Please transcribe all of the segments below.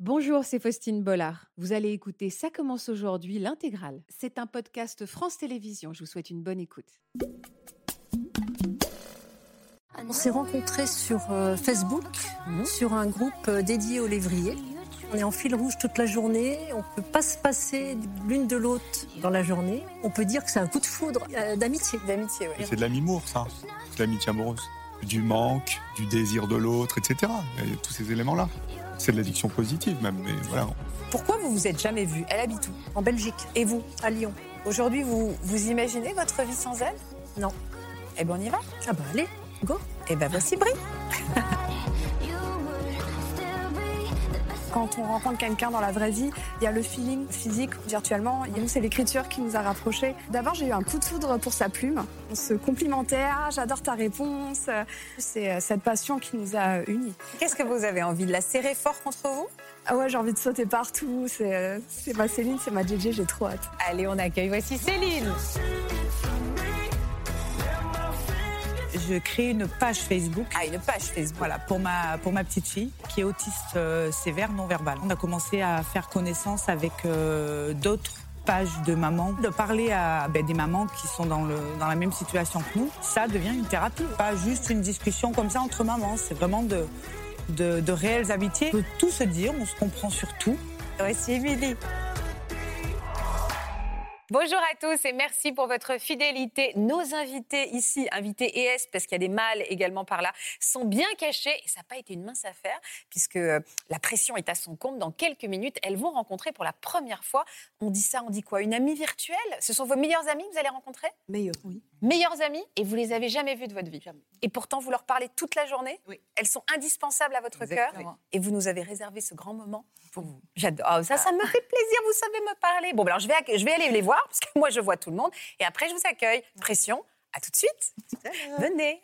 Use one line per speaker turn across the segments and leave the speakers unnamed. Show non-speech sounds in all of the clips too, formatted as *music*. Bonjour, c'est Faustine Bollard. Vous allez écouter Ça commence aujourd'hui, l'intégrale. C'est un podcast France Télévisions. Je vous souhaite une bonne écoute.
On s'est rencontrés sur euh, Facebook,
Mmh.
sur un groupe euh, dédié aux lévriers. On est en fil rouge toute la journée, on ne peut pas se passer l'une de l'autre dans la journée. On peut dire que c'est un coup de foudre euh, d'amitié.
D'amitié, oui.
C'est de l'amour, ça. C'est de l'amitié amoureuse. Du manque, du désir de l'autre, etc. Et tous ces éléments-là. C'est de l'addiction positive, même. Mais voilà.
Pourquoi vous vous êtes jamais vus Elle habite où
En Belgique,
Et vous
à Lyon.
Aujourd'hui, vous, vous imaginez votre vie sans elle
Non.
Eh ben, on y va.
Ah bah allez, go
Eh ben, voici Brie.
Quand on rencontre quelqu'un dans la vraie vie, il y a le feeling physique, virtuellement. Et nous, c'est l'écriture qui nous a rapprochés. D'abord, j'ai eu un coup de foudre pour sa plume. On se complimentait. Ah, j'adore ta réponse. C'est euh, cette passion qui nous a euh, unis.
Qu'est-ce que vous avez envie de la serrer fort contre vous
Ah ouais, j'ai envie de sauter partout. C'est euh, c'est ma Céline, c'est ma JJ, j'ai trop hâte.
Allez, on accueille. Voici Céline.
Je crée une page Facebook.
Ah, une page Facebook.
Voilà, pour ma, pour ma petite fille, qui est autiste euh, sévère, non verbale. On a commencé à faire connaissance avec euh, d'autres pages de mamans, de parler à ben, des mamans qui sont dans, le, dans la même situation que nous. Ça devient une thérapie, pas juste une discussion comme ça entre mamans, c'est vraiment de, de, de réelles amitiés. On peut tout se dire, on se comprend sur tout.
Voici Émilie.
Bonjour à tous et merci pour votre fidélité. Nos invités ici, invités ES, parce qu'il y a des mâles également par là, sont bien cachés et ça n'a pas été une mince affaire puisque euh, la pression est à son comble. Dans quelques minutes, elles vont rencontrer pour la première fois, on dit ça, on dit quoi Une amie virtuelle Ce sont vos meilleurs amis que vous allez rencontrer
Meilleur,
oui. Meilleurs amis et vous les avez jamais vus de votre vie. Et pourtant, vous leur parlez toute la journée.
Oui.
Elles sont indispensables à votre
Exactement.
cœur et vous nous avez réservé ce grand moment pour vous. J'adore. Ah, ça, ça me fait plaisir, vous savez me parler. Bon, ben alors je vais, acc- je vais aller les voir parce que moi, je vois tout le monde. Et après, je vous accueille. Pression, à tout de suite. Venez.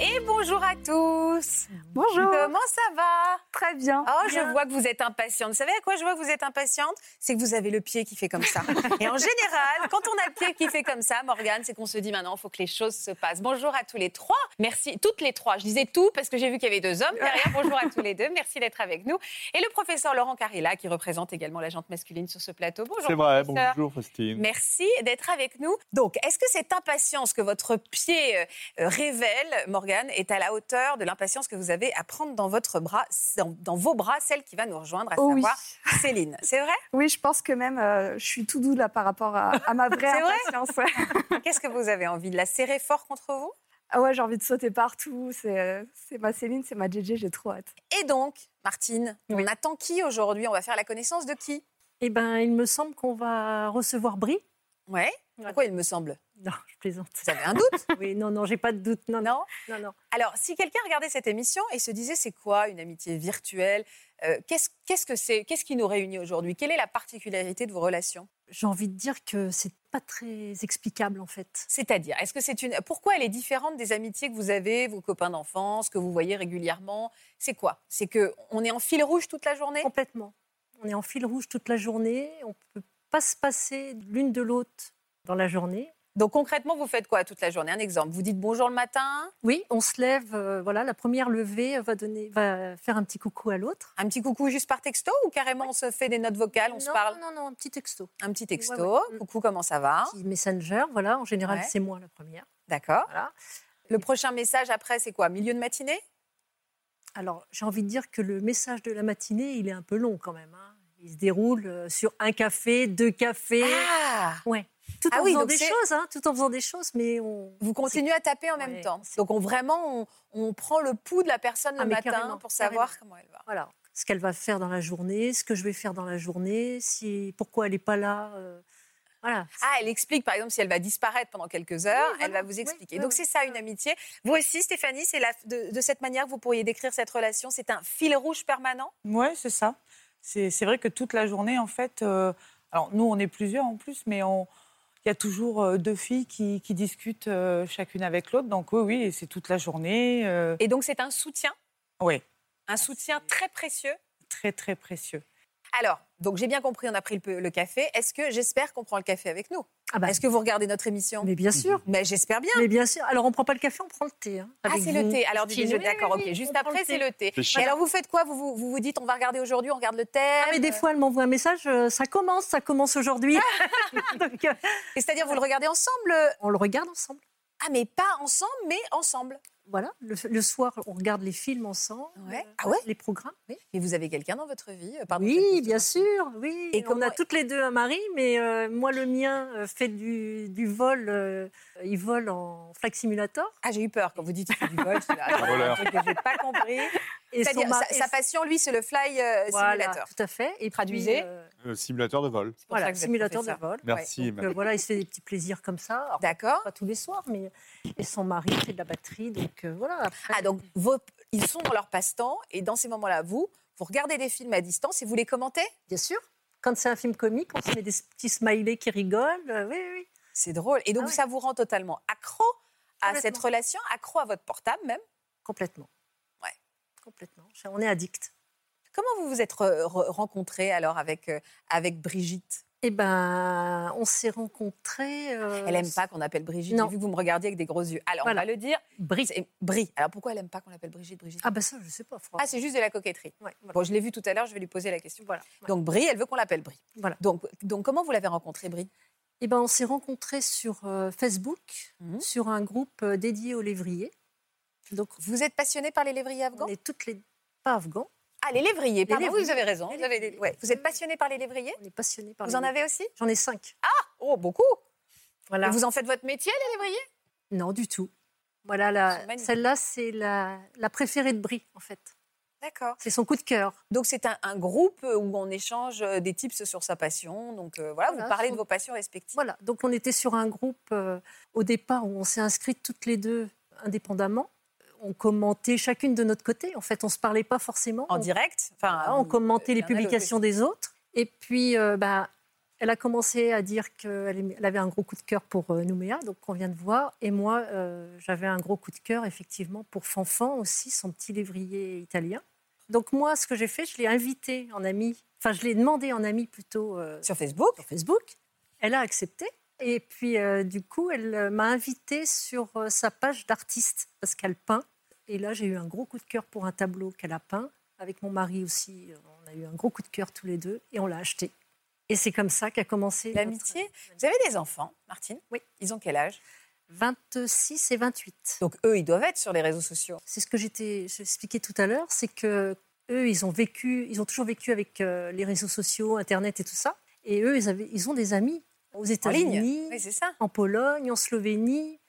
Et bonjour à tous.
Bonjour.
Comment ça va
Très bien.
Oh, je vois que vous êtes impatiente. Vous savez à quoi je vois que vous êtes impatiente C'est que vous avez le pied qui fait comme
*laughs*
ça. Et en général, quand on a le pied qui fait comme ça, Morgane, c'est qu'on se dit maintenant, il faut que les choses se passent. Bonjour à tous les trois. Merci, toutes les trois. Je disais tout parce que j'ai vu qu'il y avait deux hommes derrière. Bonjour à tous les deux. Merci d'être avec nous. Et le professeur Laurent Carilla, qui représente également la gente masculine sur ce plateau. Bonjour.
C'est vrai,
professeur.
bonjour, Faustine.
Merci d'être avec nous. Donc, est-ce que cette impatience que votre pied euh, euh, révèle, Morgane, est à la hauteur de l'impatience que vous avez à prendre dans votre bras, dans, dans vos bras, celle qui va nous rejoindre, à
Oh oui.
savoir Céline
*laughs*
C'est vrai
Oui, je pense que même euh, je suis tout doux là par rapport à, à
*laughs*
ma vraie
C'est vrai
impatience. ouais.
Qu'est-ce que vous avez envie de la serrer fort contre vous
Ah ouais, j'ai envie de sauter partout. C'est euh, c'est ma Céline, c'est ma JJ, j'ai trop hâte.
Et donc, Martine, on attend qui aujourd'hui On va faire la connaissance de qui
Eh ben, il me semble qu'on va recevoir Brie.
Ouais. Pourquoi il me semble
Non, je plaisante.
Vous avez un doute
*laughs* Oui, non, non, j'ai pas de doute. Non, non,
Non
non. non.
Alors, si quelqu'un regardait cette émission et se disait c'est quoi une amitié virtuelle Euh, Qu'est-ce qu'est-ce que c'est Qu'est-ce qui nous réunit aujourd'hui Quelle est la particularité de vos relations
J'ai envie de dire que c'est pas très explicable en fait.
C'est-à-dire, est-ce que c'est une pourquoi elle est différente des amitiés que vous avez, vos copains d'enfance, que vous voyez régulièrement C'est quoi C'est que on est en fil rouge toute la journée
Complètement. On est en fil rouge toute la journée, on peut pas se passer l'une de l'autre dans la journée.
Donc concrètement, vous faites quoi toute la journée Un exemple, vous dites bonjour le matin,
Oui, on se lève, euh, voilà, la première levée va, donner, va faire un petit coucou à l'autre.
un petit coucou juste par texto ou carrément on se fait des notes vocales, on se
Non,
parle
Non, non, un petit texto.
un petit texto,
Ouais, ouais. Mm.
coucou comment ça va
Petit messenger, voilà, en général
Ouais.
c'est moi la première.
D'accord.
Voilà.
Le prochain message après c'est quoi Milieu de matinée
Alors, j'ai envie de dire que le message de la matinée, il est un peu long quand même. hein. Il se déroule euh, sur un café, deux cafés,
Ah
tout
Ah
en
oui,
faisant
donc
des
c'est-
choses, hein, tout en faisant des choses, mais on...
Vous continuez à taper en même
Ouais,
temps.
c'est-
Donc on vraiment on, on prend le pouls de la personne le
Ah, mais
matin
carrément,
pour savoir comment elle va.
voilà, ce qu'elle va faire dans la journée, ce que je vais faire dans la journée, si pourquoi elle n'est pas là, euh, voilà.
Ah, elle explique par exemple si elle va disparaître pendant quelques heures,
Oui,
elle va
voilà,
vous
oui,
expliquer.
oui,
Donc
oui.
c'est ça une amitié. Vous aussi Stéphanie, c'est la- de, de cette manière que vous pourriez décrire cette relation, c'est un fil rouge permanent.
Ouais, c'est ça. C'est c'est vrai que toute la journée, en fait, euh, alors nous, on est plusieurs en plus, mais on- il y a toujours euh, deux filles qui, qui discutent euh, chacune avec l'autre. Donc oui, oui, et c'est toute la journée. euh,
Et donc c'est un soutien,
ouais,
un soutien très précieux
très, très précieux.
Alors, donc j'ai bien compris, on a pris le, pe- le café. Est-ce que j'espère qu'on prend le café avec nous
Ah bah,
Est-ce que vous regardez notre émission Mais,
mais bien sûr.
j'espère bien.
Mais bien sûr. Alors, on prend pas le café, on prend le thé. hein,
Ah,
avec
c'est le
vous.
thé. Alors, du
Style.
déjeuner,
Oui,
d'accord,
oui,
ok.
oui,
Juste
on prend
après,
le
c'est
thé.
le thé.
C'est
Et
chiant.
alors, vous faites quoi vous, vous vous vous dites, on va regarder aujourd'hui, on regarde le thème.
Ah, mais des fois, elle m'envoie un message, euh, ça commence, ça
*laughs*
commence aujourd'hui. *laughs* Donc, euh,
Et C'est-à-dire, vous le regardez ensemble euh,
on le regarde ensemble.
Ah, mais pas ensemble, mais ensemble.
Voilà, le, le soir, on regarde les films ensemble,
Ouais. Ah ouais
les programmes. Oui,
Mais vous avez quelqu'un dans votre vie euh, pardon,
Oui,
cette question.
bien sûr, oui.
Et
Et on
comment-
a toutes les deux un mari, mais euh, moi, le mien euh, fait du, du vol. euh, il vole en flag simulator.
Ah, j'ai eu peur quand vous dites qu'il fait du vol. je suis là, attends,
Voleur.
Ah, un truc que j'ai pas compris.
Et son
C'est-à-dire, sa,
mari-
sa passion, lui, c'est le fly euh,
Voilà,
simulator.
tout à fait. Et puis,
Traduisez.
euh,
Euh, Simulateur de vol.
C'est pour ça
voilà,
que vous êtes
simulateur de
professeur.
vol.
Merci.
Donc, euh, voilà, il se fait des petits plaisirs comme ça. Alors,
D'accord.
pas tous les soirs, mais euh, et son mari fait de la batterie, donc euh, voilà. après-
Ah, donc vos- ils sont dans leur passe-temps et dans ces moments-là, vous, vous regardez des films à distance et vous les commentez
Bien sûr. Quand c'est un film comique, on se met des petits smileys qui rigolent. euh, oui, oui, oui.
C'est drôle. Et donc,
Ah ouais.
ça vous rend totalement accro à
Complètement.
Ah, cette relation, accro à votre portable même.
Complètement.
Ouais.
Complètement. On est addict.
Comment vous vous êtes re- re- rencontrés alors avec, euh, avec Brigitte
Eh ben, on s'est rencontrés. euh,
Elle aime pas qu'on appelle Brigitte,
non.
j'ai vu que vous me regardiez avec des gros yeux. Alors,
Voilà.
on va le dire,
Brice.
c'est Brie. Alors, pourquoi elle aime pas qu'on l'appelle Brigitte Brigitte
Ah ben ça, je sais pas. franchement.
Ah, c'est juste de la coquetterie.
Ouais, voilà.
Bon, je l'ai vu tout à l'heure, je vais lui poser la question.
Voilà. Ouais.
Donc, Brie, elle veut qu'on l'appelle Brie.
Voilà.
Donc, donc, comment vous l'avez rencontrée, Brie
Eh ben, on s'est rencontrés sur euh, Facebook,
Mhm.
sur un groupe euh, dédié aux lévriers. Donc,
Vous êtes passionnée par les lévriers afghans
on est toutes les pas afghans.
Ah, les lévriers, pardon,
lévriers.
vous avez raison.
Les
Vous, avez des-
lévriers.
ouais. Vous êtes passionnée par les lévriers
On est passionnés par.
Vous
les
en
lévriers.
avez aussi
J'en ai cinq.
Oh, beaucoup
Voilà.
Et Vous en faites votre métier, les lévriers
Non, du tout. Voilà,
sont
la...
magnifiques.
celle-là, c'est la... la préférée de Brie, en fait.
D'accord.
C'est son coup de cœur.
Donc, c'est un, un groupe où on échange euh, des tips sur sa passion. Donc, euh, voilà, vous
Voilà,
parlez de
sur-
vos passions respectives.
Voilà, donc on était sur un groupe euh, au départ où on s'est inscrites toutes les deux indépendamment. On commentait chacune de notre côté. En fait, on ne se parlait pas forcément.
En
on,
direct enfin,
voilà, on commentait les
l'un à l'autre,
publications des autres. Et puis, euh, bah, elle a commencé à dire qu'elle aimait- elle avait un gros coup de cœur pour euh, Nouméa, donc qu'on vient de voir. Et moi, euh, j'avais un gros coup de cœur, effectivement, pour Fanfan aussi, son petit lévrier italien. Donc moi, ce que j'ai fait, je l'ai invité en ami. Enfin, je l'ai demandé en ami plutôt. euh,
Sur Facebook
sur Facebook. Elle a accepté. Et puis, euh, du coup, elle euh, m'a invitée sur euh, sa page d'artiste parce qu'elle peint. Et là, j'ai eu un gros coup de cœur pour un tableau qu'elle a peint. Avec mon mari aussi, euh, on a eu un gros coup de cœur tous les deux et on l'a acheté. Et c'est comme ça qu'a commencé notre-
L'amitié. Vous avez des enfants, Martine
Oui.
Ils ont quel âge
26 et 28.
Donc, eux, ils doivent être sur les réseaux sociaux.
C'est ce que j'étais expliqué tout à l'heure, c'est que eux, ils ont vécu, ils ont toujours vécu avec euh, les réseaux sociaux, Internet et tout ça. Et eux, ils, avaient- ils ont des amis aux
En ligne
États-Unis,
Oui, c'est ça.
en Pologne, en Slovénie.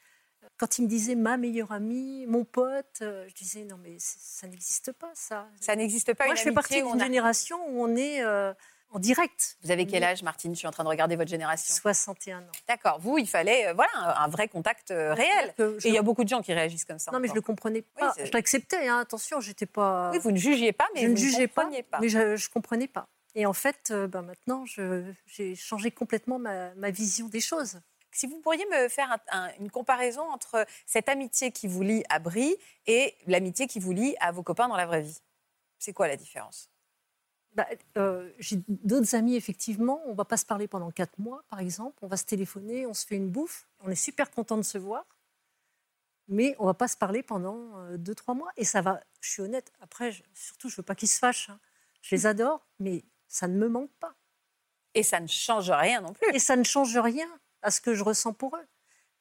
Quand il me disait ma meilleure amie, mon pote, euh, je disais non mais c'est- ça n'existe pas ça.
Ça n'existe pas
Moi
une
je fais partie
amitié où on
d'une
a-
génération où on est euh, en direct.
Vous avez quel
Oui.
âge, Martine Je suis en train de regarder votre génération.
61 ans.
D'accord. Vous, il fallait euh, voilà, un- un vrai contact euh, réel.
Que je-
Et il y a beaucoup de gens qui réagissent comme ça.
Non mais je
encore.
le comprenais pas.
c'est-
je l'acceptais. hein, attention, j'étais pas.
Oui, vous ne jugiez pas, mais
je
vous
ne jugeais pas,
compreniez pas.
mais je, je comprenais pas. Et en fait, euh, bah, maintenant, je- j'ai changé complètement ma, ma vision des choses.
Si vous pourriez me faire un- un- une comparaison entre cette amitié qui vous lie à Brie et l'amitié qui vous lie à vos copains dans la vraie vie, c'est quoi la différence
Bah, euh, j'ai d'autres amis, effectivement. On va pas se parler pendant quatre mois, par exemple. On va se téléphoner, on se fait une bouffe. On est super content de se voir. Mais on va pas se parler pendant euh, deux, trois mois. Et ça va, je suis honnête. Après, je- surtout, je veux pas qu'ils se fâchent. hein. Je les adore, mais ça ne me manque pas.
Et ça ne change rien non plus.
Et ça ne change rien à ce que je ressens pour eux.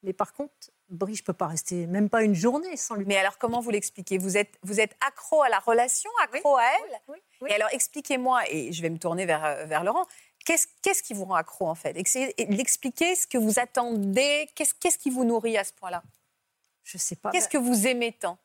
Mais par contre, Brie, je peux pas rester même pas une journée sans lui
Mais alors, comment vous l'expliquez vous êtes, vous êtes accro à la relation, accro à elle
Oui,
Et alors, expliquez-moi, et je vais me tourner vers, euh, vers Laurent, qu'est-ce qu'est-ce qui vous rend accro en fait Essayez de- d'expliquer ce que vous attendez, qu'est-ce qu'est-ce qui vous nourrit à ce point-là
je sais pas.
Qu'est-ce que vous aimez tant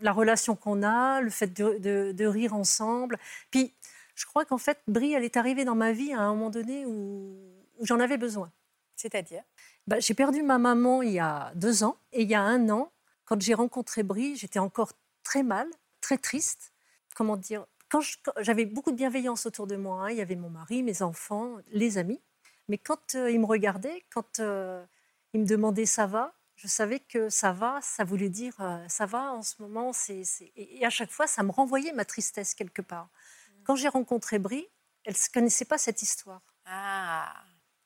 La relation qu'on a, le fait de, de- de rire ensemble. Puis, je crois qu'en fait, Brie, elle est arrivée dans ma vie à un moment donné où, où j'en avais besoin.
C'est-à-dire
Bah, j'ai perdu ma maman il y a deux ans. Et il y a un an, quand j'ai rencontré Brie, j'étais encore très mal, très triste. Comment dire quand je- quand- J'avais beaucoup de bienveillance autour de moi. hein. Il y avait mon mari, mes enfants, les amis. Mais quand euh, il me regardait, quand euh, il me demandait ça va, je savais que ça va, ça voulait dire euh, ça va en ce moment. c'est c'est- Et, et à chaque fois, ça me renvoyait ma tristesse quelque part. Quand j'ai rencontré Brie, elle ne connaissait pas cette histoire.
Ah.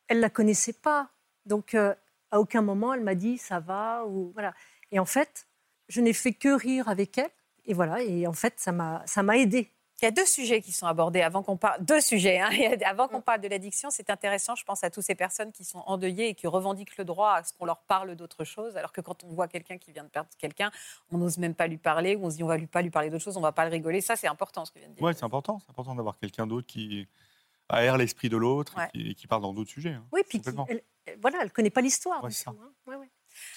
Elle la connaissait pas. Donc, euh, à aucun moment, elle m'a dit ça va ou voilà. Et en fait, je n'ai fait que rire avec elle. Et voilà. Et en fait, ça m'a, ça m'a aidée.
Il y a deux sujets qui sont abordés avant qu'on parle. Deux sujets. hein. Il y a- Avant
Mm.
qu'on parle de l'addiction, c'est intéressant, je pense, à toutes ces personnes qui sont endeuillées et qui revendiquent le droit à ce qu'on leur parle d'autre chose. Alors que quand on voit quelqu'un qui vient de perdre quelqu'un, on n'ose même pas lui parler, ou on se dit on va lui pas lui parler d'autre chose, on va pas le rigoler. Ça, c'est important ce que vient de dire.
Ouais, c'est important. C'est important d'avoir quelqu'un d'autre qui aère l'esprit de l'autre
Ouais.
et qui, et qui parle dans d'autres sujets. hein.
Oui, puis qui-
Complètement.
elle, elle- voilà, elle connaît pas l'histoire.
Ouais,
du
c'est ça.
tout, hein. Ouais, ouais.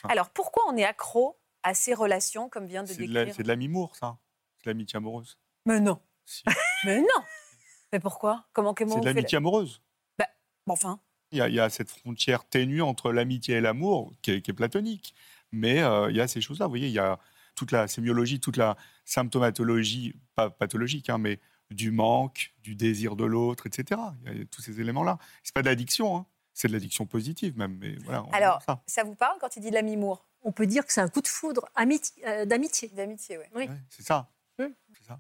Alors pourquoi on est accro à ces relations, comme vient de
C'est de la-
décrire
c'est de l'amimour, ça. C'est de l'amitié amoureuse.
Mais non.
Si.
*laughs* Mais non Mais pourquoi Comment, comment
C'est
on
de
fait
l'amitié amoureuse.
Bon, enfin,
Il y, a, il y a cette frontière ténue entre l'amitié et l'amour qui est, qui est platonique. Mais euh, il y a ces choses-là. Vous voyez, il y a toute la sémiologie, toute la symptomatologie, pas pathologique, hein, mais du manque, du désir de l'autre, etc. Il y a tous ces éléments-là. C'est pas de l'addiction, hein. c'est de l'addiction positive même. Mais voilà, on
Alors,
aime ça.
Ça vous parle quand il dit de l'amimour
On peut dire que c'est un coup de foudre amiti- euh, d'amitié.
D'amitié, oui.
oui.
Ouais, c'est ça.
Mm.
C'est ça.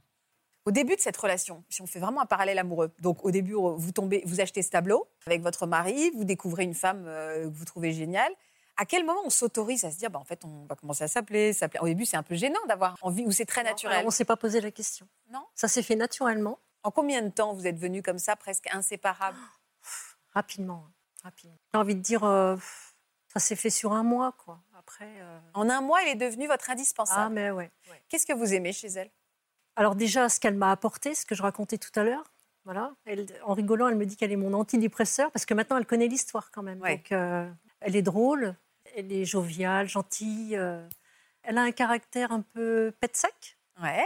Au début de cette relation, si on fait vraiment un parallèle amoureux, donc au début, vous tombez, vous achetez ce tableau avec votre mari, vous découvrez une femme euh, que vous trouvez géniale. À quel moment on s'autorise à se dire, bah, en fait, on va commencer à s'appeler, s'appeler Au début, c'est un peu gênant d'avoir envie, ou c'est très naturel.
Alors, on s'est pas posé la question.
Non.
Ça s'est fait naturellement,
En combien de temps vous êtes venus comme ça, presque inséparables
rapidement. hein, rapidement. J'ai envie de dire, euh, ça s'est fait sur un mois, quoi. Après. euh,
En un mois, elle est devenue votre indispensable.
Ah, mais ouais.
Qu'est-ce que vous aimez chez elle
Alors déjà, ce qu'elle m'a apporté, ce que je racontais tout à l'heure, voilà. Elle- en rigolant, elle me dit qu'elle est mon antidépresseur parce que maintenant, elle connaît l'histoire quand même.
Ouais.
Donc, euh, elle est drôle, elle est joviale, gentille. euh, elle a un caractère un peu pet sac.
Ouais.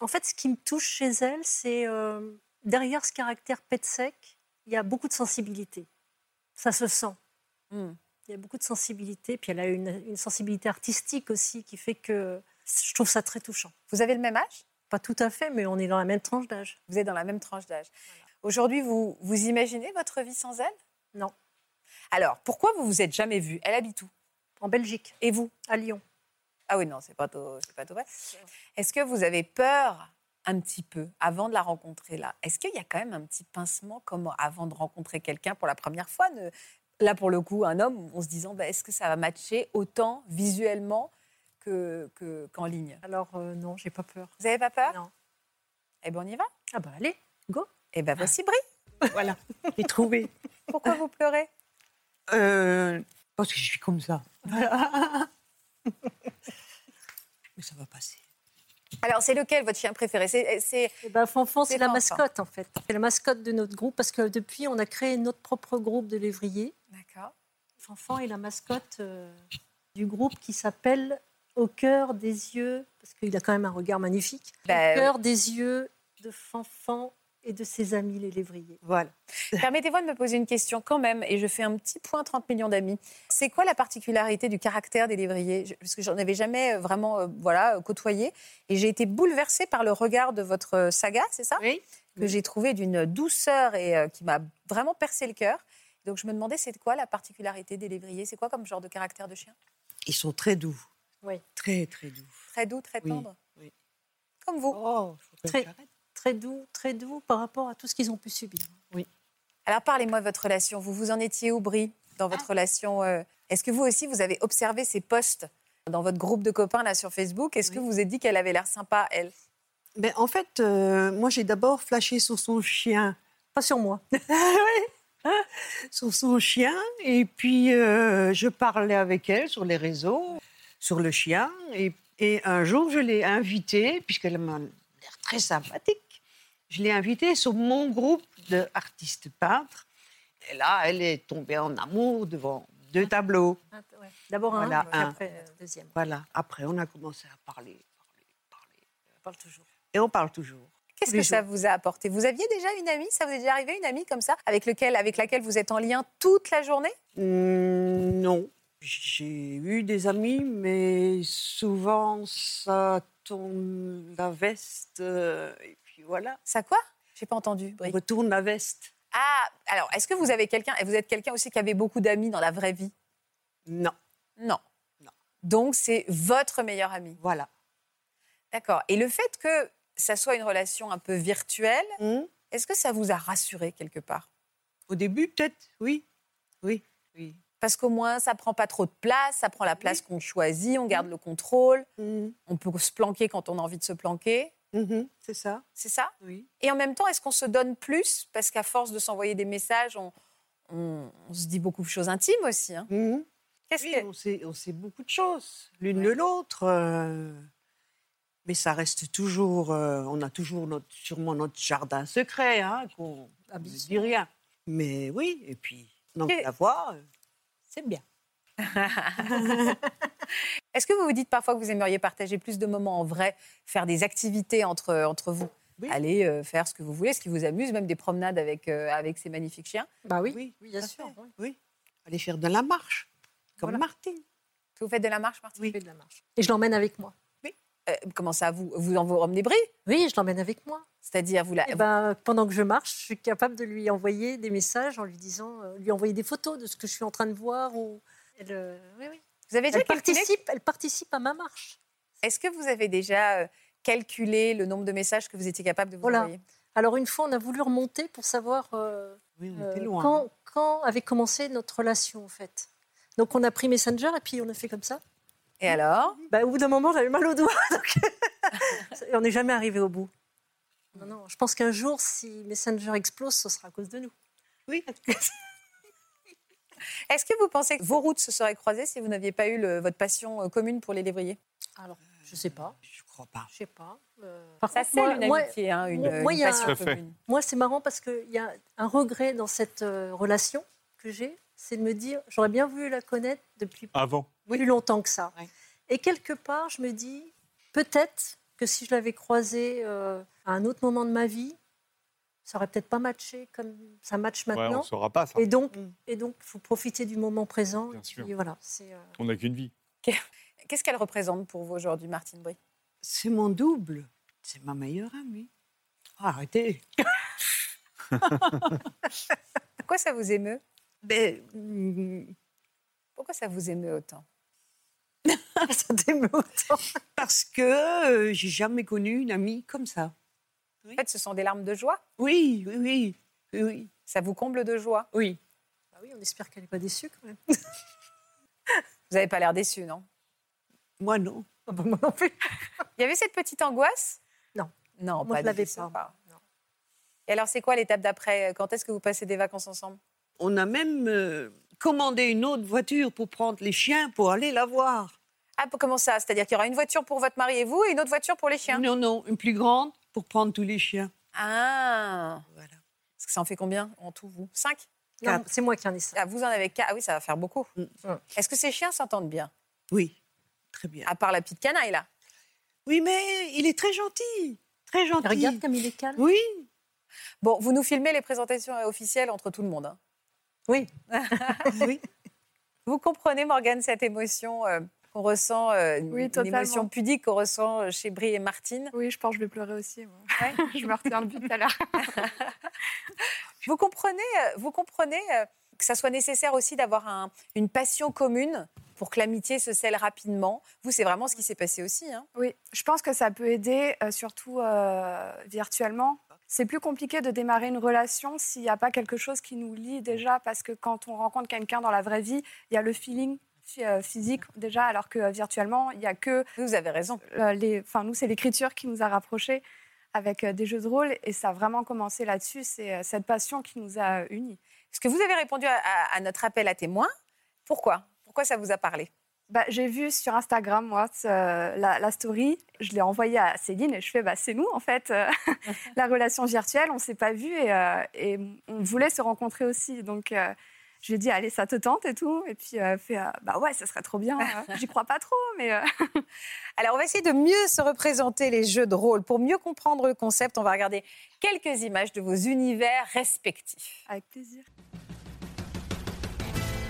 En fait, ce qui me touche chez elle, c'est euh, derrière ce caractère pet sec, il y a beaucoup de sensibilité. Ça se sent.
Hmm.
Il y a beaucoup de sensibilité. Puis elle a une, une sensibilité artistique aussi qui fait que je trouve ça très touchant.
Vous avez le même âge
Pas tout à fait, mais on est dans la même tranche d'âge.
Vous êtes dans la même tranche d'âge. Aujourd'hui, vous, vous imaginez votre vie sans elle
Non.
Alors, pourquoi vous vous êtes jamais vue Elle habite où
En Belgique,
Et vous
à Lyon.
Ah oui, non, c'est pas tout, c'est pas tout vrai. Est-ce que vous avez peur un petit peu avant de la rencontrer là Est-ce qu'il y a quand même un petit pincement comme avant de rencontrer quelqu'un pour la première fois ne- Là, pour le coup, un homme, en se disant, bah, est-ce que ça va matcher autant visuellement que, que- qu'en ligne
Alors euh, non, j'ai pas peur.
Vous n'avez pas peur
Non.
Eh bien, on y va.
Ah bah allez, go.
Eh bien, voici Brie.
*laughs*
Voilà, j'ai trouvé.
Pourquoi vous pleurez
Euh, parce que je suis comme ça. Voilà. Mais ça va passer.
Alors, c'est lequel votre chien préféré C'est- c'est,
Et ben Fanfan, c'est
C'est
la
Fanfan.
mascotte hein. en fait. C'est la mascotte de notre groupe parce que depuis, on a créé notre propre groupe de lévrier.
D'accord.
Fanfan est la mascotte euh, du groupe qui s'appelle Au cœur des yeux, parce qu'il a quand même un regard magnifique.
Bah,
Au cœur des yeux de Fanfan et de ses amis les lévriers.
Voilà. Permettez-moi de me poser une question quand même, et je fais un petit point 30 millions d'amis. C'est quoi la particularité du caractère des lévriers Je- Parce que j'en avais jamais euh, vraiment euh, voilà, euh, côtoyé, et j'ai été bouleversée par le regard de votre euh, saga, c'est ça
Oui.
Que j'ai trouvé d'une douceur et euh, qui m'a vraiment percé le cœur. Donc je me demandais, c'est quoi la particularité des lévriers C'est quoi comme genre de caractère de chien
Ils sont très doux.
Oui.
Très, très doux.
Très doux, très
Oui,
tendre
oui.
Comme vous.
Oh, faut que
Très-
j'arrête.
Très doux, très doux par rapport à tout ce qu'ils ont pu subir.
Alors parlez-moi de votre relation. Vous vous en étiez où, Brie, dans
Ah.
votre relation euh, Est-ce que vous aussi, vous avez observé ces posts dans votre groupe de copains là sur Facebook Est-ce que vous vous êtes dit qu'elle avait l'air sympa, elle
Mais en fait, euh, moi, j'ai d'abord flashé sur son chien.
Pas sur
*laughs*
moi.
Sur son chien. Et puis, euh, je parlais avec elle sur les réseaux, sur le chien. Et, et un jour, je l'ai invitée, puisqu'elle m'a l'air très sympathique. Je l'ai invitée sur mon groupe d'artistes peintres. Et là, elle est tombée en amour devant deux tableaux.
D'abord un,
Voilà,
puis
un.
après euh, deuxième.
Voilà. Après, on a commencé à parler, parler, parler.
On parle toujours.
Et on parle toujours.
Qu'est-ce
Tous
que
les
ça vous a apporté Vous aviez déjà une amie Ça vous est déjà arrivé une amie comme ça, avec, lequel, avec laquelle vous êtes en lien toute la journée
Hmm, non. J'ai eu des amis, mais souvent ça tourne la veste. euh, et puis voilà,
Ça quoi J'ai pas entendu,
on
Brie.
retourne la veste.
Ah, alors, est-ce que vous avez quelqu'un Et vous êtes quelqu'un aussi qui avait beaucoup d'amis dans la vraie vie
Non,
Non.
Non.
Donc, c'est votre meilleure amie.
voilà.
D'accord. Et le fait que ça soit une relation un peu virtuelle,
Hmm.
est-ce que ça vous a rassuré quelque part
Au début, peut-être, oui. Oui. oui.
Parce qu'au moins, ça prend pas trop de place, ça prend la place qu'on choisit, on
Mmh.
garde le contrôle,
Mhm.
on peut se planquer quand on a envie de se planquer,
Mhm. C'est ça,
c'est ça
oui.
Et en même temps, est-ce qu'on se donne plus Parce qu'à force de s'envoyer des messages,
*laughs*
on, on- on se dit beaucoup de choses intimes aussi. hein.
Mhm.
Qu'est-ce
Oui,
que-
on, sait, on sait beaucoup de choses, l'une de l'autre. euh, mais ça reste toujours. euh, on a toujours notre, sûrement notre jardin secret, hein, qu'on on ne dit rien. Mais oui, et puis, donc,
Ah, Et-
la voix, euh, c'est
*laughs*
bien.
Est-ce que vous vous dites parfois que vous aimeriez partager plus de moments en vrai, faire des activités entre, entre vous
Oui.
Aller euh, faire ce que vous voulez, ce qui vous amuse, même des promenades avec, euh, avec ces magnifiques chiens.
Bah oui.
Oui,
bien
tout à
sûr,
fait, Oui. Aller faire de la marche, comme Martine.
Est-ce que Vous faites de la marche, Martine
Oui.
Et je l'emmène avec moi.
Euh, Comment ça Vous, vous en vous emmenebrez
Oui, je l'emmène avec moi.
C'est-à-dire, vous la.
Eh ben, pendant que je marche, je suis capable de lui envoyer des messages en lui disant, euh, lui envoyer des photos de ce que je suis en train de voir. Ou... Elle, euh, oui, oui.
Vous avez déjà
Elle
calculé
participe, elle participe à ma marche.
Est-ce que vous avez déjà euh, calculé le nombre de messages que vous étiez capable de vous
Voilà.
envoyer
Alors une fois, on a voulu remonter pour savoir euh,
Oui, on
euh,
était loin. hein.
quand, quand avait commencé notre relation en fait. Donc on a pris Messenger et puis on a fait comme ça.
Et alors
Bah, au bout d'un moment, j'avais mal au doigt. *laughs* donc on n'est jamais arrivé au bout. Non, non, je pense qu'un jour, si Messenger explose, ce sera à cause de nous.
Oui,
*laughs*
Est-ce que vous pensez que vos routes se seraient croisées si vous n'aviez pas eu le- votre passion euh, commune pour les lévriers
Alors, je sais pas.
Euh, je crois pas.
Je sais pas. Euh, par
Ça,
contre,
c'est
moi-
une
moi-
amitié, hein, une,
moi,
une
il y a-
passion
Tout à fait.
commune.
Moi, c'est marrant parce qu'il y a un regret dans cette euh, relation que j'ai, c'est de me dire, j'aurais bien voulu la connaître depuis
Avant.
plus longtemps que ça.
Ouais.
Et quelque part, je me dis, peut-être que si je l'avais croisée euh, à un autre moment de ma vie, ça aurait peut-être pas matché comme ça match
Ouais, on
maintenant.
ne saura pas ça.
et donc,
Mm.
et donc, faut profiter du moment présent.
Bien
et
sûr.
puis, voilà, c'est, euh,
On n'a qu'une vie.
Qu'est-ce qu'elle représente pour vous aujourd'hui, Martine Brie
C'est mon double. C'est ma meilleure amie.
*laughs*
Ah, arrêtez.
Pourquoi ça vous émeut Mm.
Mais, hum,
Pourquoi ça vous émeut autant Ah,
ça t'émeut autant.
parce que euh, j'ai jamais connu une amie comme ça.
En fait, ce sont des larmes de joie.
Oui, oui, oui. oui, oui.
Ça vous comble de joie.
Oui.
Bah oui, on espère qu'elle n'est pas déçue quand même.
*laughs* Vous n'avez pas l'air déçu, non
Moi, non.
Ah bah, moi non plus.
*laughs* Il y avait cette petite angoisse
Non.
Non,
Moi,
pas
je l'avais
du tout,
pas, non.
Et alors, c'est quoi l'étape d'après Euh, Quand est-ce que vous passez des vacances ensemble
On a même euh, commandé une autre voiture pour prendre les chiens pour aller la voir.
Ah, pour- comment ça C'est-à-dire qu'il y aura une voiture pour votre mari et vous et une autre voiture pour les chiens
Non, non, une plus grande pour prendre tous les chiens.
Ah
Voilà.
Parce que ça en fait combien en tout, vous Cinq
Non, c'est moi qui en ai ça.
Ah, vous en avez quatre. Ah oui, ça va faire beaucoup.
Mm.
Est-ce que ces chiens s'entendent bien
Oui, très bien.
À part la petite canaille, là.
Oui, mais il est très gentil. Très gentil.
Regarde comme il est calme.
Oui,
Bon, vous nous filmez les présentations euh, officielles entre tout le monde. hein. *laughs*
oui.
Vous comprenez, Morgane, cette émotion euh, qu'on ressent, euh, une-
Oui,
une
totalement.
émotion pudique qu'on ressent euh, chez Brie et Martine.
Oui, je pense que je vais pleurer aussi. moi. *laughs* je me retiens depuis tout à l'heure.
*laughs* Vous comprenez, euh, vous comprenez euh, que ça soit nécessaire aussi d'avoir un- une passion commune pour que l'amitié se scelle rapidement. Vous, c'est vraiment ce qui s'est passé aussi. hein.
Oui, je pense que ça peut aider, euh, surtout euh, virtuellement. C'est plus compliqué de démarrer une relation s'il n'y a pas quelque chose qui nous lie déjà, parce que quand on rencontre quelqu'un dans la vraie vie, il y a le feeling euh, physique déjà, alors que euh, virtuellement, il n'y a que
Vous avez raison.
euh, les, enfin nous c'est l'écriture qui nous a rapprochés avec euh, des jeux de rôle et ça a vraiment commencé là-dessus. C'est euh, cette passion qui nous a euh, unis.
Parce que vous avez répondu à, à- à notre appel à témoins. Pourquoi hein. Pourquoi ça vous a parlé
Bah, j'ai vu sur Instagram moi ce- euh, la, la story, je l'ai envoyée à Céline et je fais bah c'est nous en fait euh, *laughs* la relation virtuelle, on s'est pas vu et, euh, et on voulait se rencontrer aussi donc. euh, je lui ai dit, allez, ça te tente et tout. Et puis, euh, elle fait, euh, bah ouais, ça serait trop bien. euh. J'y crois pas trop, mais euh,
*laughs* Alors, on va essayer de mieux se représenter les jeux de rôle. Pour mieux comprendre le concept, on va regarder quelques images de vos univers respectifs.
avec plaisir.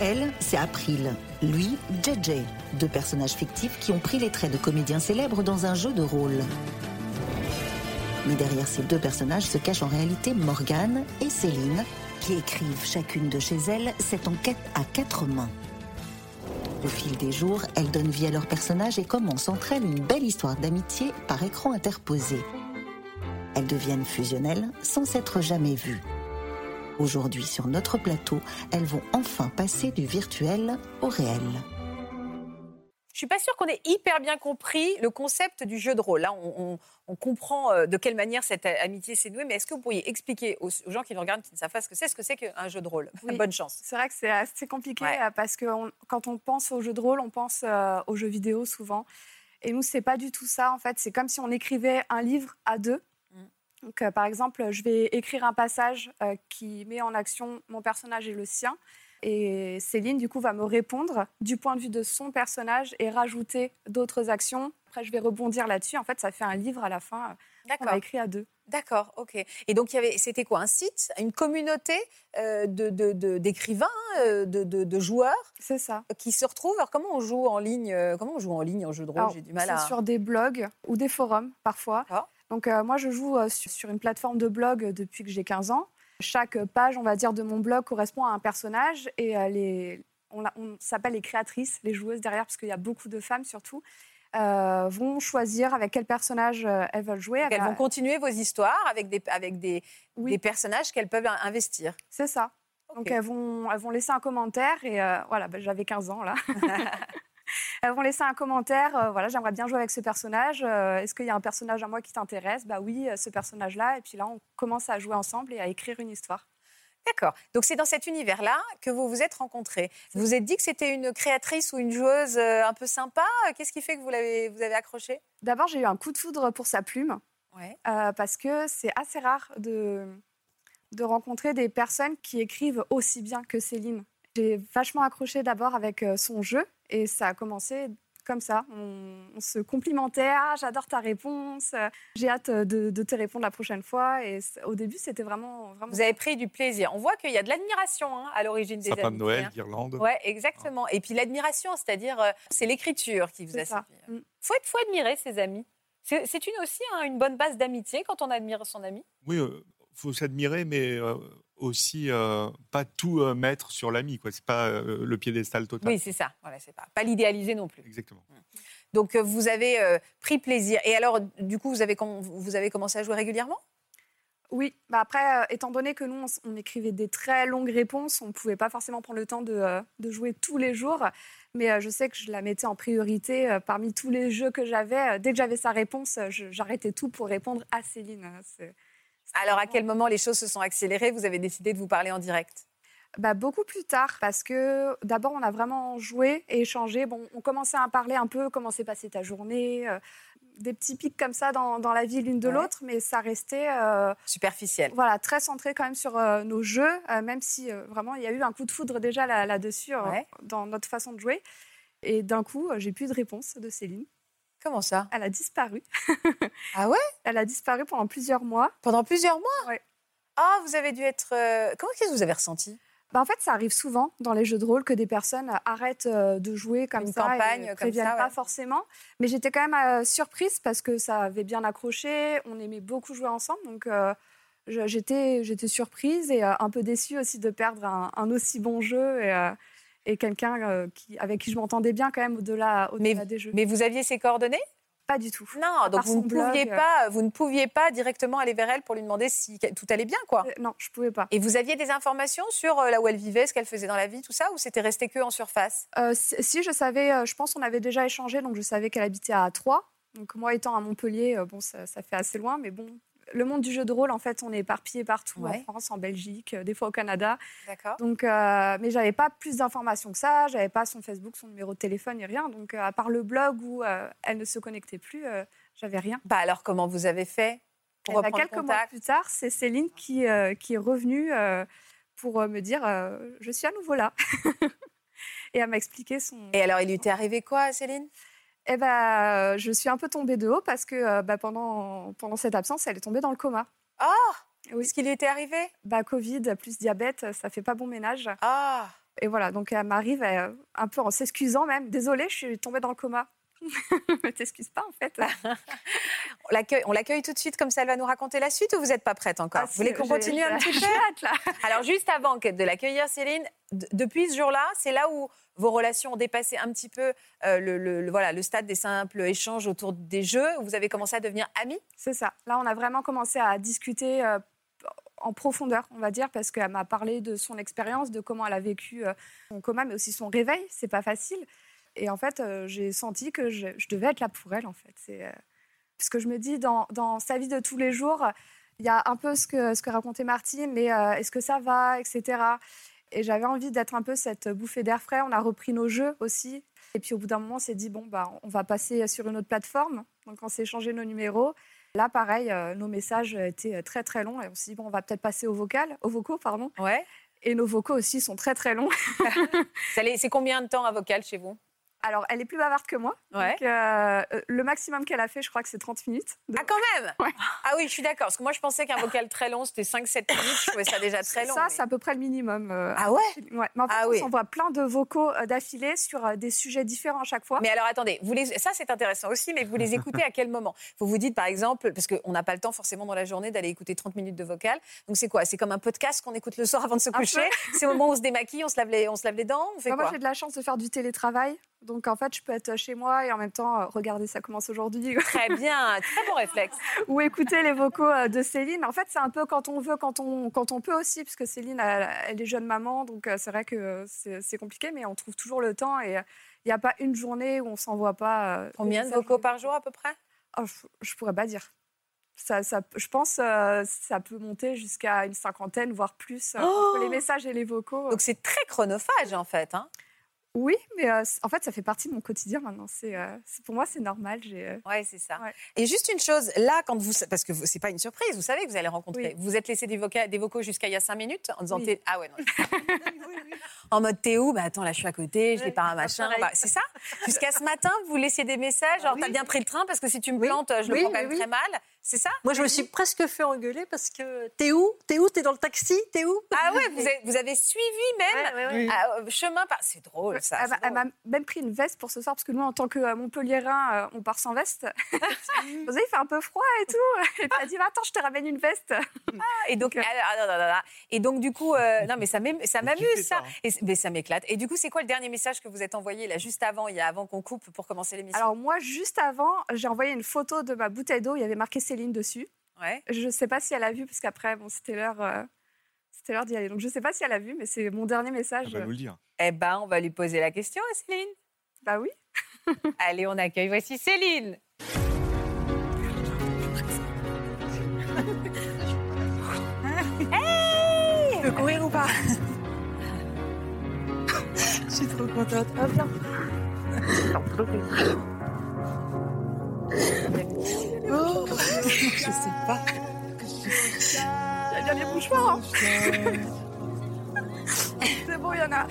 Elle, c'est April. Lui, JJ. Deux personnages fictifs qui ont pris les traits de comédiens célèbres dans un jeu de rôle. Mais derrière ces deux personnages se cachent en réalité Morgane et Céline, qui écrivent chacune de chez elles cette enquête à quatre mains. Au fil des jours, elles donnent vie à leurs personnages et commencent entre elles une belle histoire d'amitié par écran interposé. Elles deviennent fusionnelles sans s'être jamais vues. Aujourd'hui, sur notre plateau, elles vont enfin passer du virtuel au réel.
Je suis pas sûre qu'on ait hyper bien compris le concept du jeu de rôle. Là, on, on- on comprend euh, de quelle manière cette a- amitié s'est nouée, mais est-ce que vous pourriez expliquer aux, aux gens qui nous regardent, qui ne savent pas ce que c'est, ce que c'est qu'un jeu de rôle *laughs*
Oui.
Bonne chance.
C'est vrai que c'est assez compliqué
Ouais.
euh, parce que on- quand on pense aux jeux de rôle, on pense euh, aux jeux vidéo souvent. Et nous, c'est pas du tout ça en fait. C'est comme si on écrivait un livre à deux.
Mm.
Donc, euh, par exemple, je vais écrire un passage euh, qui met en action mon personnage et le sien. Et Céline, du coup, va me répondre du point de vue de son personnage et rajouter d'autres actions. Après, je vais rebondir là-dessus. En fait, ça fait un livre à la fin euh, qu'on a
D'accord,
écrit à deux.
d'accord, ok. Et donc, il y avait, c'était quoi Un site Une communauté euh, de- de- de- d'écrivains, euh, de, de- de joueurs euh,
C'est ça.
qui se retrouvent Alors, comment on joue en ligne euh, Comment on joue en ligne en jeu de rôle
Alors,
J'ai du mal
c'est
à. Ah.
sur des blogs ou des forums parfois.
D'accord.
Donc euh, moi, je joue euh, sur, sur une plateforme de blog depuis que j'ai 15 ans. Chaque page, on va dire, de mon blog correspond à un personnage et euh, les, on, l'a- on s'appelle les créatrices, les joueuses derrière, parce qu'il y a beaucoup de femmes surtout, euh, vont choisir avec quel personnage euh, elles veulent jouer.
Donc, elles
Avec-
vont continuer vos histoires avec des, avec des,
Oui.
des personnages qu'elles peuvent in- investir.
C'est ça. Donc
Ok.
elles vont, elles vont laisser un commentaire et euh, voilà, bah, j'avais 15
*laughs*
ans là. elles vont laisser un commentaire, euh, voilà, j'aimerais bien jouer avec ce personnage. euh, Est-ce qu'il y a un personnage à moi qui t'intéresse Bah oui, euh, ce personnage-là. Et puis là, on commence à jouer ensemble et à écrire une histoire.
D'accord. Donc c'est dans cet univers-là que vous vous êtes rencontrés. Vous vous êtes dit que c'était une créatrice ou une joueuse euh, un peu sympa. Qu'est-ce qui fait que vous l'avez vous avez accroché
D'abord, j'ai eu un coup de foudre pour sa plume
Ouais.
euh, parce que c'est assez rare de, de rencontrer des personnes qui écrivent aussi bien que Céline. J'ai vachement accroché d'abord avec euh, son jeu et ça a commencé comme ça. On, on se complimentait, ah, j'adore ta réponse, euh, j'ai hâte euh, de, de te répondre la prochaine fois. Et c- au début, c'était vraiment, vraiment.
Vous avez pris du plaisir. On voit qu'il y a de l'admiration hein, à l'origine des
Sapin de
amitiés,
Noël,
hein.
guirlande.
Ouais, exactement. Et puis l'admiration, c'est-à-dire euh, c'est l'écriture qui vous a
C'est ça.
servi.
Mm.
Faut être, faut admirer ses amis. C'est c'est une aussi hein, une bonne base d'amitié quand on admire son ami.
Oui, il faut s'admirer, mais euh, aussi euh, pas tout euh, mettre sur l'ami. quoi. C'est pas euh, le piédestal total.
Oui, c'est ça. Voilà, c'est pas pas l'idéaliser non plus.
Exactement.
Donc euh, vous avez euh, pris plaisir. Et alors du coup vous avez com- vous avez commencé à jouer régulièrement
Oui, bah après, euh, étant donné que nous, on, s- on écrivait des très longues réponses, on ne pouvait pas forcément prendre le temps de, euh, de jouer tous les jours. Mais euh, je sais que je la mettais en priorité euh, parmi tous les jeux que j'avais. Euh, dès que j'avais sa réponse, euh, je- j'arrêtais tout pour répondre à Céline. hein. C'est- c'est
Alors, à
vraiment-
quel moment les choses se sont accélérées Vous avez décidé de vous parler en direct
Bah, beaucoup plus tard, parce que d'abord, on a vraiment joué et échangé. Bon, on commençait à parler un peu comment s'est passée ta journée, euh, des petits pics comme ça dans, dans la vie l'une de
Ouais.
l'autre, mais ça restait euh,
Superficielle.
voilà, très centré quand même sur euh, nos jeux, euh, même si euh, vraiment il y a eu un coup de foudre déjà là- là-dessus, euh,
Ouais.
dans notre façon de jouer. Et d'un coup, euh, j'ai plus de réponse de Céline.
Comment ça
Elle a disparu. *laughs*
Ah ouais
Elle a disparu pendant plusieurs mois.
Pendant plusieurs mois
Ouais.
Ah, vous avez dû être. euh, Comment qu'est-ce que vous avez ressenti
Bah, en fait, ça arrive souvent dans les jeux de rôle que des personnes euh, arrêtent euh, de jouer comme
Une
ça
campagne
et
comme
préviennent
ça, ouais.
pas forcément. Mais j'étais quand même euh, surprise parce que ça avait bien accroché. On aimait beaucoup jouer ensemble, donc euh, je- j'étais j'étais surprise et euh, un peu déçue aussi de perdre un, un aussi bon jeu et, euh, et quelqu'un euh, qui, avec qui je m'entendais bien quand même au-delà au
Mais-
des jeux.
Mais vous aviez ses coordonnées
Pas du tout.
Non, Ah, donc
part
vous ne,
son blog,
pouviez
euh.
pas, vous ne pouviez pas directement aller vers elle pour lui demander si tout allait bien, quoi.
Euh, Non, je pouvais pas.
Et vous aviez des informations sur euh, là où elle vivait, ce qu'elle faisait dans la vie, tout ça, ou c'était resté que en surface
Euh, si, si, je savais, euh, je pense qu'on avait déjà échangé, donc je savais qu'elle habitait à Troyes. Donc moi étant à Montpellier, euh, bon, ça, ça fait assez loin, mais bon. Le monde du jeu de rôle, en fait, on est éparpillé partout,
Ouais.
en France, en Belgique, euh, des fois au Canada.
D'accord.
Donc, euh, mais j'avais pas plus d'informations que ça, j'avais pas son Facebook, son numéro de téléphone, ni rien. Donc, euh, à part le blog où euh, elle ne se connectait plus, euh, j'avais rien.
Bah alors, comment vous avez fait pour
Eh ben,
reprendre
quelques mois
contact
plus tard, c'est Céline qui, euh, qui est revenue euh, pour euh, me dire euh, Je suis à nouveau là. *laughs* Et elle m'a expliqué son,
Et alors, il lui était arrivé quoi, Céline
Eh ben, euh, je suis un peu tombée de haut parce que euh, bah, pendant, pendant cette absence, elle est tombée dans le coma.
Ah
Oui.
Qu'est-ce qui lui était arrivé
Bah, Covid plus diabète, ça fait pas bon ménage.
Ah
Et voilà, donc elle m'arrive euh, un peu en s'excusant même. Désolée, je suis tombée dans le coma. Mais t'excuses pas en fait.
On l'accueille- On l'accueille tout de suite, comme ça elle va nous raconter la suite ou vous n'êtes pas prête encore
Ah,
Vous
si,
voulez qu'on
*laughs* j'ai-
continue un
j'ai-
petit
j'ai
peu
hâte, là.
Alors juste avant que- de l'accueillir Céline, d- depuis ce jour-là, c'est là où vos relations ont dépassé un petit peu euh, le, le- le- voilà, le stade des simples échanges autour des jeux, où vous avez commencé à devenir amis.
C'est ça. Là, on a vraiment commencé à discuter euh, en profondeur, on va dire, parce qu'elle m'a parlé de son expérience, de comment elle a vécu euh, son coma, mais aussi son réveil. C'est pas facile. Et en fait, euh, j'ai senti que je, je devais être là pour elle, en fait. C'est euh, parce que je me dis, dans, dans sa vie de tous les jours, il y a un peu ce que, ce que racontait Marty, mais euh, est-ce que ça va, etc. Et j'avais envie d'être un peu cette bouffée d'air frais. On a repris nos jeux aussi. Et puis au bout d'un moment, on s'est dit, bon, bah, on va passer sur une autre plateforme. Donc on s'est changé nos numéros. Là, pareil, euh, nos messages étaient très très longs et on s'est dit, bon, on va peut-être passer au vocal, aux vocaux, pardon.
Ouais.
Et nos vocaux aussi sont très très longs. *laughs*
Ça l'est- C'est combien de temps à vocal chez vous
Alors, elle est plus bavarde que moi.
Ouais.
Donc, euh, euh, le maximum qu'elle a fait, je crois que c'est 30 minutes. Donc,
Ah, quand même Ah oui, je suis d'accord. Parce que moi, je pensais qu'un vocal très long, c'était 5-7 minutes. Je trouvais ça déjà très long.
ça,
mais-
c'est à peu près le minimum. euh,
Ah ouais
ouais. Mais en fait,
Ah
on
oui.
s'envoie plein de vocaux euh, d'affilée sur euh, des sujets différents à chaque fois.
Mais alors attendez, vous les... ça c'est intéressant aussi, mais vous les écoutez à quel moment Vous vous dites par exemple, parce qu'on n'a pas le temps forcément dans la journée d'aller écouter 30 minutes de vocal, donc c'est quoi C'est comme un podcast qu'on écoute le soir avant de se
peu.
coucher C'est au moment où
*laughs*
on se démaquille, on se lave les, on se lave les dents, on fait
Moi,
quoi
moi, j'ai de la chance de faire du télétravail. Donc, en fait, je peux être chez moi et en même temps, euh, regarder ça commence aujourd'hui. *laughs*
Très bien, très bon réflexe.
ou écouter les vocaux euh, de Céline. En fait, c'est un peu quand on veut, quand on, quand on peut aussi, puisque Céline, elle, elle est jeune maman, donc euh, c'est vrai que euh, c'est c'est compliqué, mais on trouve toujours le temps et euh, il n'y a pas une journée où on s'envoie pas. euh,
Combien de
des messages.
vocaux par jour à peu près
Oh, je- Je pourrais pas dire. Ça, ça- je pense euh, ça peut monter jusqu'à une cinquantaine, voire plus, euh, entre les messages et les vocaux.
Oh Donc c'est très chronophage en fait. hein.
oui, mais euh, c- en fait, ça fait partie de mon quotidien maintenant. C'est euh, c'est- pour moi, c'est normal. J'ai euh,
Ouais, c'est ça.
Ouais.
Et juste une chose, là quand vous, parce que vous- c'est pas une surprise, vous savez que vous allez rencontrer.
Oui.
Vous vous êtes laissé des, voca- des vocaux jusqu'à il y a 5 minutes en disant
Oui.
t'es- ah ouais non. en mode t'es où Bah attends là je suis à côté, je
Ouais,
dépare un
c'est
machin.
pareil.
Bah, c'est ça. Jusqu'à ce matin vous laissiez des messages. Genre
oui.
t'as bien pris le train parce que si tu me
Oui.
plantes je le
Oui,
prends quand
oui,
même
oui.
très mal. C'est ça
Moi, je me suis presque fait engueuler parce que t'es où T'es où T'es dans le taxi T'es où
Ah ouais vous avez, vous avez suivi même ah, euh, chemin par. C'est drôle ça.
elle m'a-
c'est
elle
drôle.
m'a même pris une veste pour ce soir, parce que nous, en tant que euh, Montpelliérains, euh, on part sans
*laughs*
veste. *laughs* Vous savez, il fait un peu froid et tout. Et elle dit, attends, je te ramène
*laughs*
une veste.
Ah, Et donc,
euh,
Donc,
ah, non, non, non, non. et donc du coup,
*laughs*
euh, non mais ça m'aime- ça
tu fais
m'amuse ça,
pas, hein.
Et c- mais ça m'éclate. Et du coup, c'est quoi le dernier message que vous êtes envoyé là juste avant, il y a avant qu'on coupe pour commencer l'émission
Alors moi, juste avant, j'ai envoyé une photo de ma bouteille d'eau. Il y avait marqué Céline dessus.
Ouais.
Je ne sais pas si elle a vu, parce qu'après, bon, c'était l'heure... euh, C'était l'heure d'y aller. Donc, je ne sais pas si elle a vu, mais c'est mon dernier
Elle
message.
va Ah, bah, nous le dire.
Eh ben, on va lui poser la question à Céline.
Bah oui.
*laughs* Allez, on accueille. Voici Céline.
Tu veux courir ou pas Je suis trop contente. Ah, bien. Oh, je sais pas.
Il y a bien les mouchoirs. hein. c'est bon, il y en a.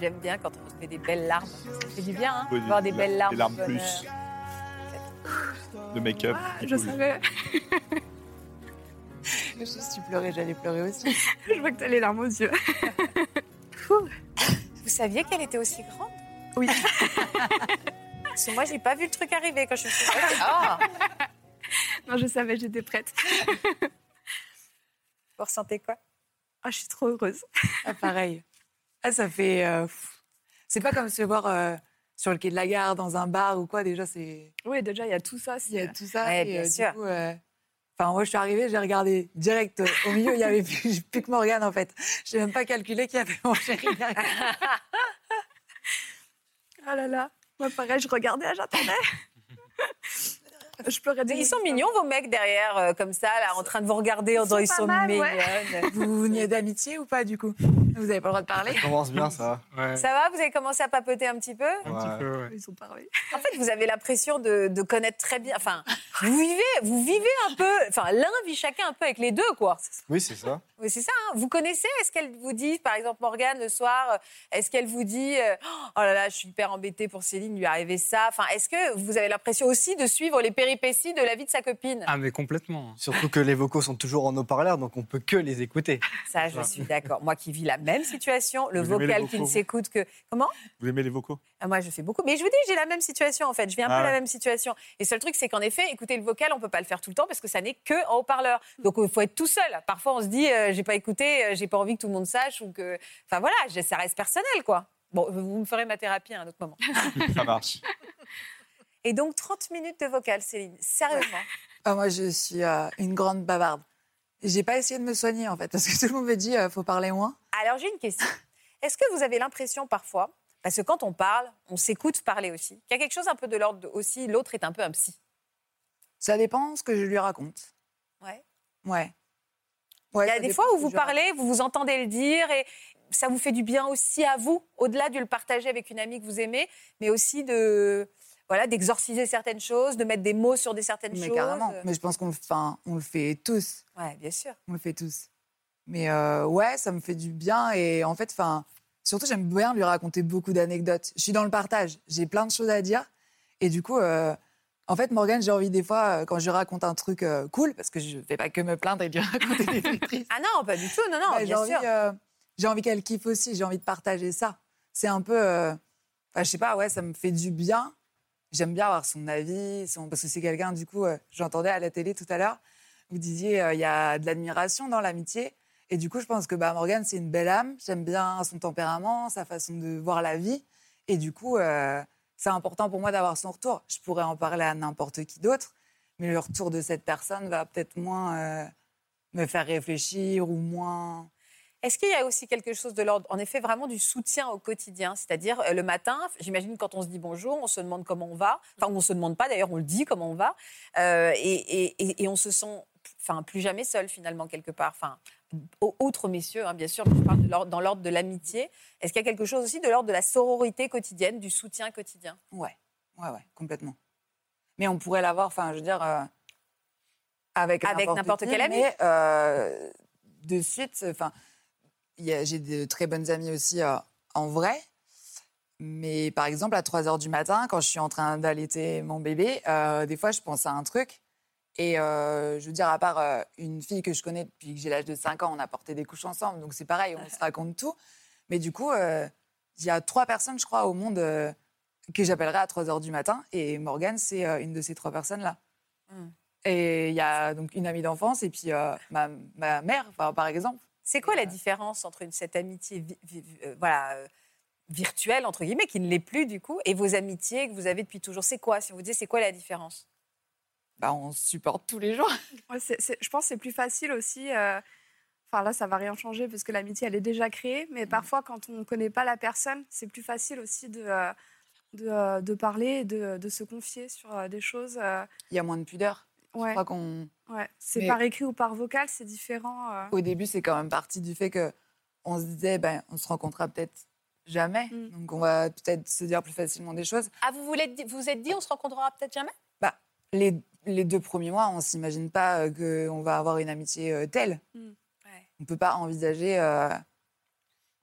J'aime bien quand on se fait des belles larmes. Ça fait du bien, hein,
Bonne-
voir des
la-
belles larmes.
Des
de
larmes
bonheur.
plus. De make-up.
Ah,
c'est
je
cool.
savais. *laughs*
Je suis pleurée, j'allais pleurer aussi.
Je vois que tu as les larmes aux yeux.
Vous saviez qu'elle était aussi grande
Oui.
*laughs* Parce que moi, j'ai pas vu le truc arriver quand je suis. Ah
Non, je savais, j'étais prête.
Vous ressentez quoi
Ah, je suis trop heureuse.
*laughs* Ah, pareil. Ah, ça fait. euh, pff. c'est pas comme se voir euh, sur le quai de la gare, dans un bar ou quoi. Déjà, c'est.
Oui, déjà, il y a tout ça.
Il y a
c'est-
tout ça.
Ouais,
et,
bien
euh, du
sûr.
coup, euh, Enfin, moi, je suis arrivée, j'ai regardé direct euh, au milieu, il y avait plus, plus que Morgane, en fait. Je n'ai même pas calculé qu'il y avait mon chéri derrière.
*laughs* Ah là là. Moi, pareil, je regardais,
*laughs*
j'attendais. je pleurais. des
Ils
minutes.
sont mignons, vos mecs derrière, euh, comme ça, là, en train de vous regarder en disant
sont
ils
pas
sont
mal,
mignonnes.
ouais.
*laughs*
Vous veniez d'amitié ou pas, du coup Vous n'avez pas le droit de parler
Ça commence bien ça.
*laughs* Ouais,
Ça va Vous avez commencé à papoter un petit peu
un petit peu, ouais.
Ils ont parlé.
En fait, vous avez l'impression de, de connaître très bien. Enfin, vous vivez, vous vivez un peu. Enfin, l'un vit chacun un peu avec les deux, quoi.
Oui, c'est ça.
Oui, c'est ça. hein. Vous connaissez Est-ce qu'elle vous dit, par exemple, Morgane, le soir, euh, est-ce qu'elle vous dit euh, Oh là là, je suis hyper embêtée pour Céline, lui est arrivé ça Enfin, est-ce que vous avez l'impression aussi de suivre les péripéties de la vie de sa copine
Ah, mais complètement.
Surtout que les vocaux sont toujours en haut-parleur, donc on peut que les écouter.
Ça, je suis d'accord. Moi qui vis la même situation, le
Vous aimez les
vocal qui ne
vocaux, vous
s'écoute que. Comment
Vous aimez les vocaux
Ah, Moi, je fais beaucoup. Mais je vous dis, j'ai la même situation, en fait. Je vis un
Ah
peu la
ouais.
même situation. Et seul truc, c'est qu'en effet, écouter le vocal, on ne peut pas le faire tout le temps parce que ça n'est que en haut-parleur.
Mm.
Donc, il faut être tout seul. Parfois, on se dit, euh, j'ai pas écouté, euh, j'ai pas envie que tout le monde sache ou que. Enfin, voilà, j'ai- ça reste personnel, quoi. Bon, vous me ferez ma thérapie à un autre moment.
*laughs* Ça marche.
Et donc, 30 minutes de vocal, Céline. Sérieusement.
Ah, moi, je suis euh, une grande bavarde. Et J'ai pas essayé de me soigner, en fait, parce que tout le monde me dit euh, faut parler moins.
Alors j'ai une question. Est-ce que vous avez l'impression parfois, parce que quand on parle, on s'écoute parler aussi, qu'il y a quelque chose un peu de l'ordre de- aussi, l'autre est un peu un psy.
Ça dépend ce que je lui raconte.
Ouais.
Ouais. Ouais,
Il y a
ça
des
dépend
fois
ce
où
que
vous
je lui raconte.
parlez, vous vous entendez le dire et ça vous fait du bien aussi à vous, au-delà de le partager avec une amie que vous aimez, mais aussi de voilà d'exorciser certaines choses, de mettre des mots sur des certaines
Mais
choses. euh
carrément. Mais je pense qu'on le, enfin, on le fait tous.
Ouais, bien sûr.
On le fait tous. Mais euh, ouais, ça me fait du bien. Et en fait, enfin, surtout, j'aime bien lui raconter beaucoup d'anecdotes. Je suis dans le partage. J'ai plein de choses à dire. Et du coup, euh, en fait, Morgane, j'ai envie des fois, euh, quand je lui raconte un truc euh, cool, parce que je ne vais pas que me plaindre et lui *laughs* raconter des trucs tristes.
Ah non, pas du tout, non non,
Bah, j'ai
bien
envie,
sûr.
euh, j'ai envie qu'elle kiffe aussi. J'ai envie de partager ça. C'est un peu. euh, Enfin, je sais pas, ouais, ça me fait du bien. J'aime bien avoir son avis, son... parce que c'est quelqu'un, du coup, euh, j'entendais à la télé tout à l'heure, vous disiez, euh, il y a de l'admiration dans l'amitié. Et du coup, je pense que bah, Morgane, c'est une belle âme. J'aime bien son tempérament, sa façon de voir la vie. Et du coup, euh, c'est important pour moi d'avoir son retour. Je pourrais en parler à n'importe qui d'autre, mais le retour de cette personne va peut-être moins euh, me faire réfléchir ou moins.
Est-ce qu'il y a aussi quelque chose de l'ordre, en effet, vraiment du soutien au quotidien C'est-à-dire, euh, le matin, j'imagine quand on se dit bonjour, on se demande comment on va. Enfin, on ne se demande pas, d'ailleurs, on le dit comment on va. Euh, et, et- et- et on se sent enfin, plus jamais seul, finalement, quelque part. Enfin, au- autres messieurs, hein, bien sûr, mais je parle de l'ordre- dans l'ordre de l'amitié. Est-ce qu'il y a quelque chose aussi de l'ordre de la sororité quotidienne, du soutien quotidien
Ouais, ouais, ouais, complètement. Mais on pourrait l'avoir, enfin, je veux dire, euh, avec
Avec n'importe
qui,
quel ami.
Mais euh, de suite, enfin, il y a- j'ai de très bonnes amies aussi euh, en vrai. Mais par exemple, à 3 h du matin, quand je suis en train d'allaiter mon bébé, euh, des fois, je pense à un truc. Et euh, je veux dire, à part euh, une fille que je connais depuis que j'ai l'âge de 5 ans, on a porté des couches ensemble. Donc c'est pareil, on se raconte tout. Mais du coup, euh, il y a trois personnes, je crois, au monde euh, que j'appellerai à 3 h du matin. Et Morgane, c'est euh, une de ces trois personnes-là.
Hmm.
Et il y a donc une amie d'enfance et puis euh, ma, ma mère, enfin, par exemple. euh,
C'est quoi la différence entre une- cette amitié vi- vi- vi- euh, voilà, euh, virtuelle, entre guillemets, qui ne l'est plus du coup, et vos amitiés que vous avez depuis toujours C'est quoi Si on vous dit, c'est quoi la différence
Bah, on se supporte tous les jours.
Ouais, c'est- c'est- je pense que c'est plus facile aussi. euh, Enfin, là, ça va rien changer parce que l'amitié, elle est déjà créée. Mais
Mm.
parfois, quand on ne connaît pas la personne, c'est plus facile aussi de, euh, de, euh, de parler, et de, de se confier sur euh, des choses. euh,
Il y a moins de pudeur. Je
ouais,
crois qu'on.
ouais. C'est
Mais-
par écrit ou par vocal, c'est différent. euh.
au début, c'est quand même parti du fait que on se disait, ben, on se rencontrera peut-être jamais.
Mm.
Donc, on va peut-être se dire plus facilement des choses. Bah,
Ah, vous voulez di- vous êtes dit, on se rencontrera peut-être jamais
Les, les deux premiers mois, on s'imagine pas qu'on va avoir une amitié euh, telle.
Mm.
Ouais.
On peut pas envisager euh,